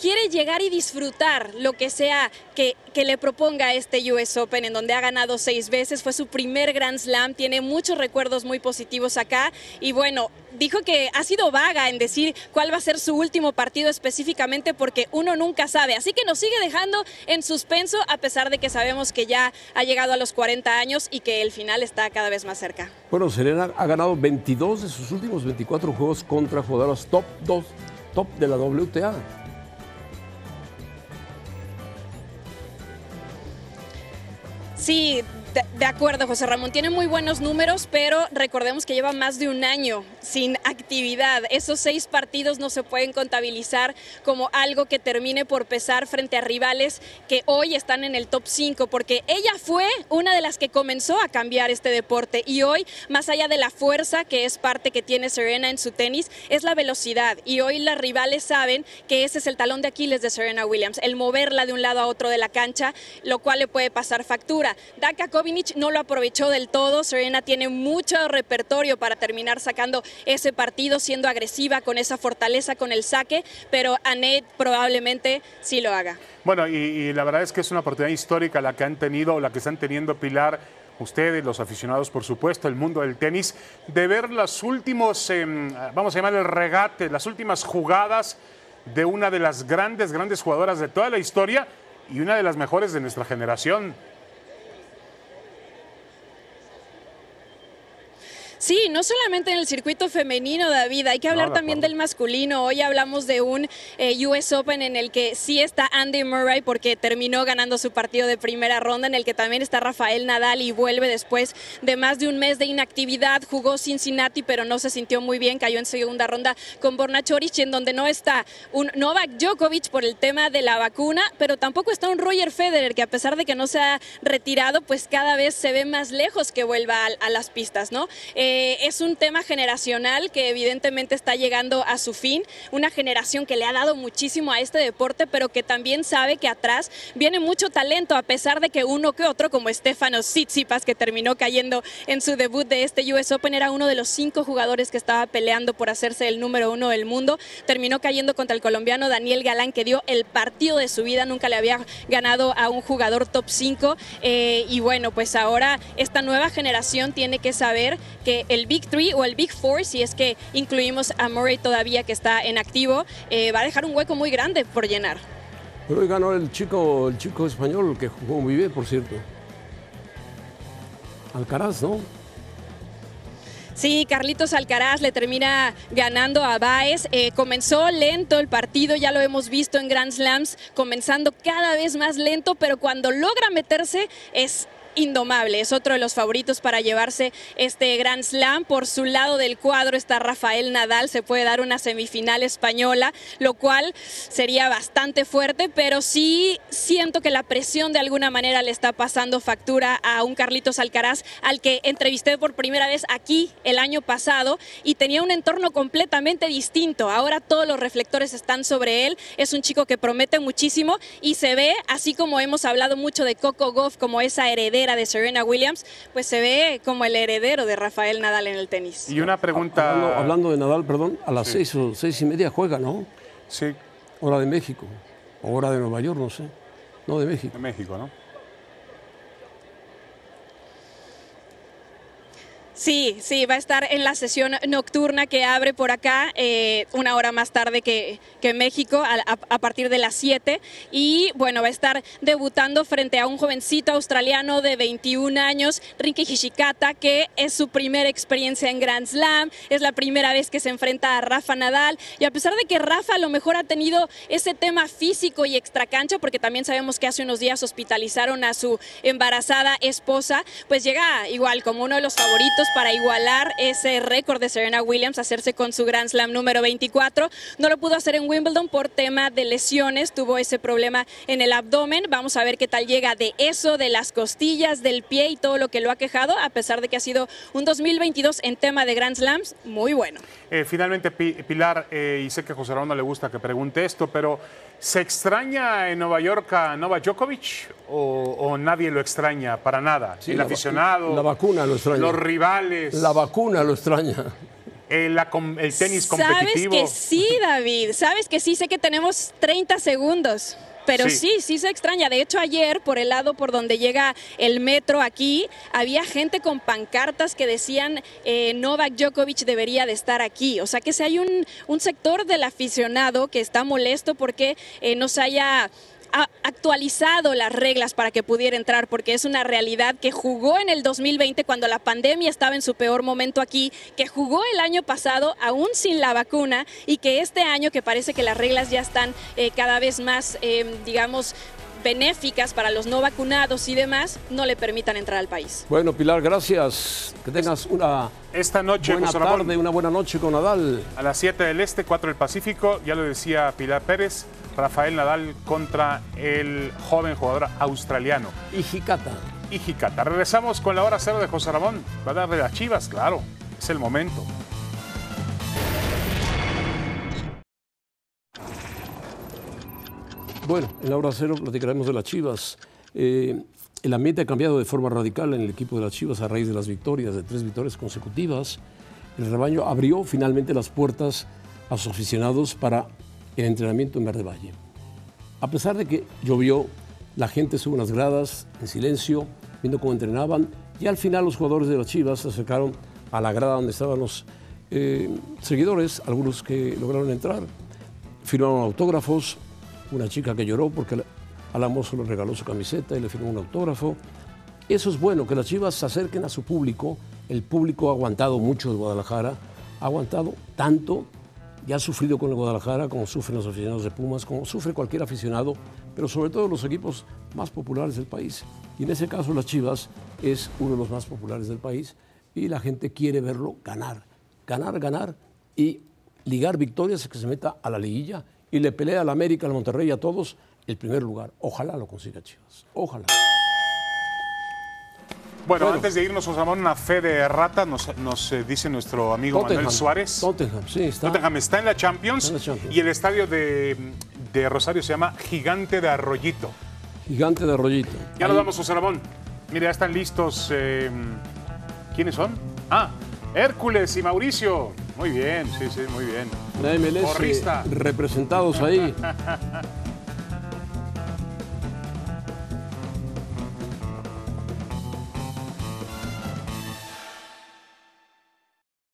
quiere llegar y disfrutar lo que sea que, que le proponga este US Open, en donde ha ganado seis veces, fue su primer Grand Slam, tiene muchos recuerdos muy positivos acá y bueno, dijo que ha sido vaga en decir cuál va a ser su último partido específicamente porque uno nunca sabe, así que nos sigue dejando en suspenso a pesar de que sabemos que ya ha llegado a los 40 años y que el final está cada vez más cerca.
Bueno, Serena ha ganado 22 de sus últimos 24 juegos contra jugadoras top 2, top de la WTA.
Sí, de, de acuerdo, José Ramón. Tiene muy buenos números, pero recordemos que lleva más de un año sin actividad. Esos seis partidos no se pueden contabilizar como algo que termine por pesar frente a rivales que hoy están en el top 5, porque ella fue una de las que comenzó a cambiar este deporte y hoy, más allá de la fuerza que es parte que tiene Serena en su tenis, es la velocidad. Y hoy las rivales saben que ese es el talón de Aquiles de Serena Williams, el moverla de un lado a otro de la cancha, lo cual le puede pasar factura. Daka Kovinic no lo aprovechó del todo. Serena tiene mucho repertorio para terminar sacando ese partido, siendo agresiva con esa fortaleza, con el saque, pero Annette probablemente sí lo haga.
Bueno, y, y la verdad es que es una oportunidad histórica la que han tenido, la que están teniendo Pilar, ustedes, los aficionados, por supuesto, el mundo del tenis, de ver las últimos, em, vamos a llamar el regate, las últimas jugadas de una de las grandes, grandes jugadoras de toda la historia y una de las mejores de nuestra generación.
Sí, no solamente en el circuito femenino, David, hay que hablar también del masculino. Hoy hablamos de un eh, US Open en el que sí está Andy Murray porque terminó ganando su partido de primera ronda, en el que también está Rafael Nadal y vuelve después de más de un mes de inactividad. Jugó Cincinnati, pero no se sintió muy bien, cayó en segunda ronda con Borna Choric, en donde no está un Novak Djokovic por el tema de la vacuna, pero tampoco está un Roger Federer, que a pesar de que no se ha retirado, pues cada vez se ve más lejos que vuelva a, a las pistas, ¿no? Eh, es un tema generacional que evidentemente está llegando a su fin, una generación que le ha dado muchísimo a este deporte, pero que también sabe que atrás viene mucho talento, a pesar de que uno que otro, como Stefano Tsitsipas, que terminó cayendo en su debut de este US Open, era uno de los cinco jugadores que estaba peleando por hacerse el número uno del mundo, terminó cayendo contra el colombiano Daniel Galán, que dio el partido de su vida, nunca le había ganado a un jugador top 5 eh, y bueno, pues ahora esta nueva generación tiene que saber que el Big Three o el Big Four, si es que incluimos a Murray todavía que está en activo, eh, va a dejar un hueco muy grande por llenar.
Pero hoy ganó el chico, el chico español que jugó muy bien, por cierto. Alcaraz, ¿no?
Sí, Carlitos Alcaraz le termina ganando a Baez. Eh, comenzó lento el partido, ya lo hemos visto en Grand Slams, comenzando cada vez más lento, pero cuando logra meterse es indomable. Es otro de los favoritos para llevarse este Grand Slam. Por su lado del cuadro está Rafael Nadal. Se puede dar una semifinal española, lo cual sería bastante fuerte, pero sí siento que la presión de alguna manera le está pasando factura a un Carlitos Alcaraz al que entrevisté por primera vez aquí el año pasado y tenía un entorno completamente distinto. Ahora todos los reflectores están sobre él. Es un chico que promete muchísimo y se ve, así como hemos hablado mucho de Coco Goff como esa heredera de Serena Williams, pues se ve como el heredero de Rafael Nadal en el tenis.
Y una pregunta.
Hablando, hablando de Nadal, perdón, a las
Sí.
seis o seis y media juega, ¿no?
Sí,
Hora de México, o hora de Nueva York, no sé. No, de México.
de México, ¿no?
Sí, sí, va a estar en la sesión nocturna que abre por acá, eh, una hora más tarde que, que México, a, a- a partir de las 7. Y bueno, va a estar debutando frente a un jovencito australiano de 21 años, Ricky Hishikata, que es su primera experiencia en Grand Slam, es la primera vez que se enfrenta a Rafa Nadal. Y a pesar de que Rafa a lo mejor ha tenido ese tema físico y extracancha, porque también sabemos que hace unos días hospitalizaron a su embarazada esposa, eh, pues llega igual como uno de los favoritos para igualar ese récord de Serena Williams, hacerse con su Grand Slam número 24. No lo pudo hacer en Wimbledon por tema de lesiones, tuvo ese problema en el abdomen. Vamos a ver qué tal llega de eso, de las costillas, del pie y todo lo que lo ha quejado, a pesar de que ha sido un 2022 en tema de Grand Slams muy bueno.
Eh, finalmente, Pi- Pilar, eh, y sé que a José Ramón no le gusta que pregunte esto, pero ¿se extraña en Nueva York a Novak Djokovic o, o nadie lo extraña para nada?
Sí,
El
la va-
aficionado,
la vacuna lo extraña.
los rivales,
La vacuna lo extraña.
eh, la com- el tenis
Sabes
competitivo.
que sí, David. Sabes que sí, sé que tenemos 30 segundos. Pero
Sí.
sí. sí, se extraña. De hecho, ayer, por el lado por donde llega el metro aquí, había gente con pancartas que decían eh, Novak Djokovic debería de estar aquí. O sea que si hay un, un sector del aficionado que está molesto porque eh, no se haya ha actualizado las reglas para que pudiera entrar, porque es una realidad que jugó en el 2020 cuando la pandemia estaba en su peor momento aquí, que jugó el año pasado aún sin la vacuna y que este año que parece que las reglas ya están eh, cada vez más, eh, digamos, benéficas para los no vacunados y demás, no le permitan entrar al país.
Bueno, Pilar, gracias. Que tengas una
Esta noche,
buena
José Ramón,
tarde, una buena noche con Nadal.
a las 7 del Este, 4 del Pacífico, ya lo decía Pilar Pérez, Rafael Nadal contra el joven jugador australiano.
Y Jicata.
y Jicata. Regresamos con la hora cero de José Ramón. Va a darle las chivas, claro. Es el momento.
Bueno, en la hora cero platicaremos de las Chivas. Eh, el ambiente ha cambiado de forma radical en el equipo de las Chivas a raíz de las victorias, de tres victorias consecutivas. El rebaño abrió finalmente las puertas a sus aficionados para el entrenamiento en Verde Valle. A pesar de que llovió, la gente subió unas gradas en silencio, viendo cómo entrenaban, y al final los jugadores de las Chivas se acercaron a la grada donde estaban los eh, seguidores, algunos que lograron entrar, firmaron autógrafos, una chica que lloró porque la- Alamo solo regaló su camiseta y le firmó un autógrafo, Eso es bueno, que las Chivas se acerquen a su público. El público ha aguantado mucho de Guadalajara, ha aguantado tanto y ha sufrido con el Guadalajara, como sufren los aficionados de Pumas, como sufre cualquier aficionado, pero sobre todo los equipos más populares del país. Y en ese caso las Chivas es uno de los más populares del país y la gente quiere verlo ganar, ganar, ganar y ligar victorias que se meta a la liguilla y le pelea al América, al Monterrey, a todos el primer lugar. Ojalá lo consiga Chivas, ojalá.
Bueno, antes de irnos, Osamón, una fe de rata, nos, nos, eh, dice nuestro amigo Manuel Suárez.
Tottenham, sí, está.
Tottenham está en la Champions,
Está en la Champions.
y el estadio de, de Rosario se llama Gigante de Arroyito.
Gigante de rollito.
Ya nos vamos, Osaramón. Mire, ya están listos. eh, ¿Quiénes son? Ah, Hércules y Mauricio. Muy bien, sí, sí, muy bien.
La MLS,
Porrista.
representados ahí.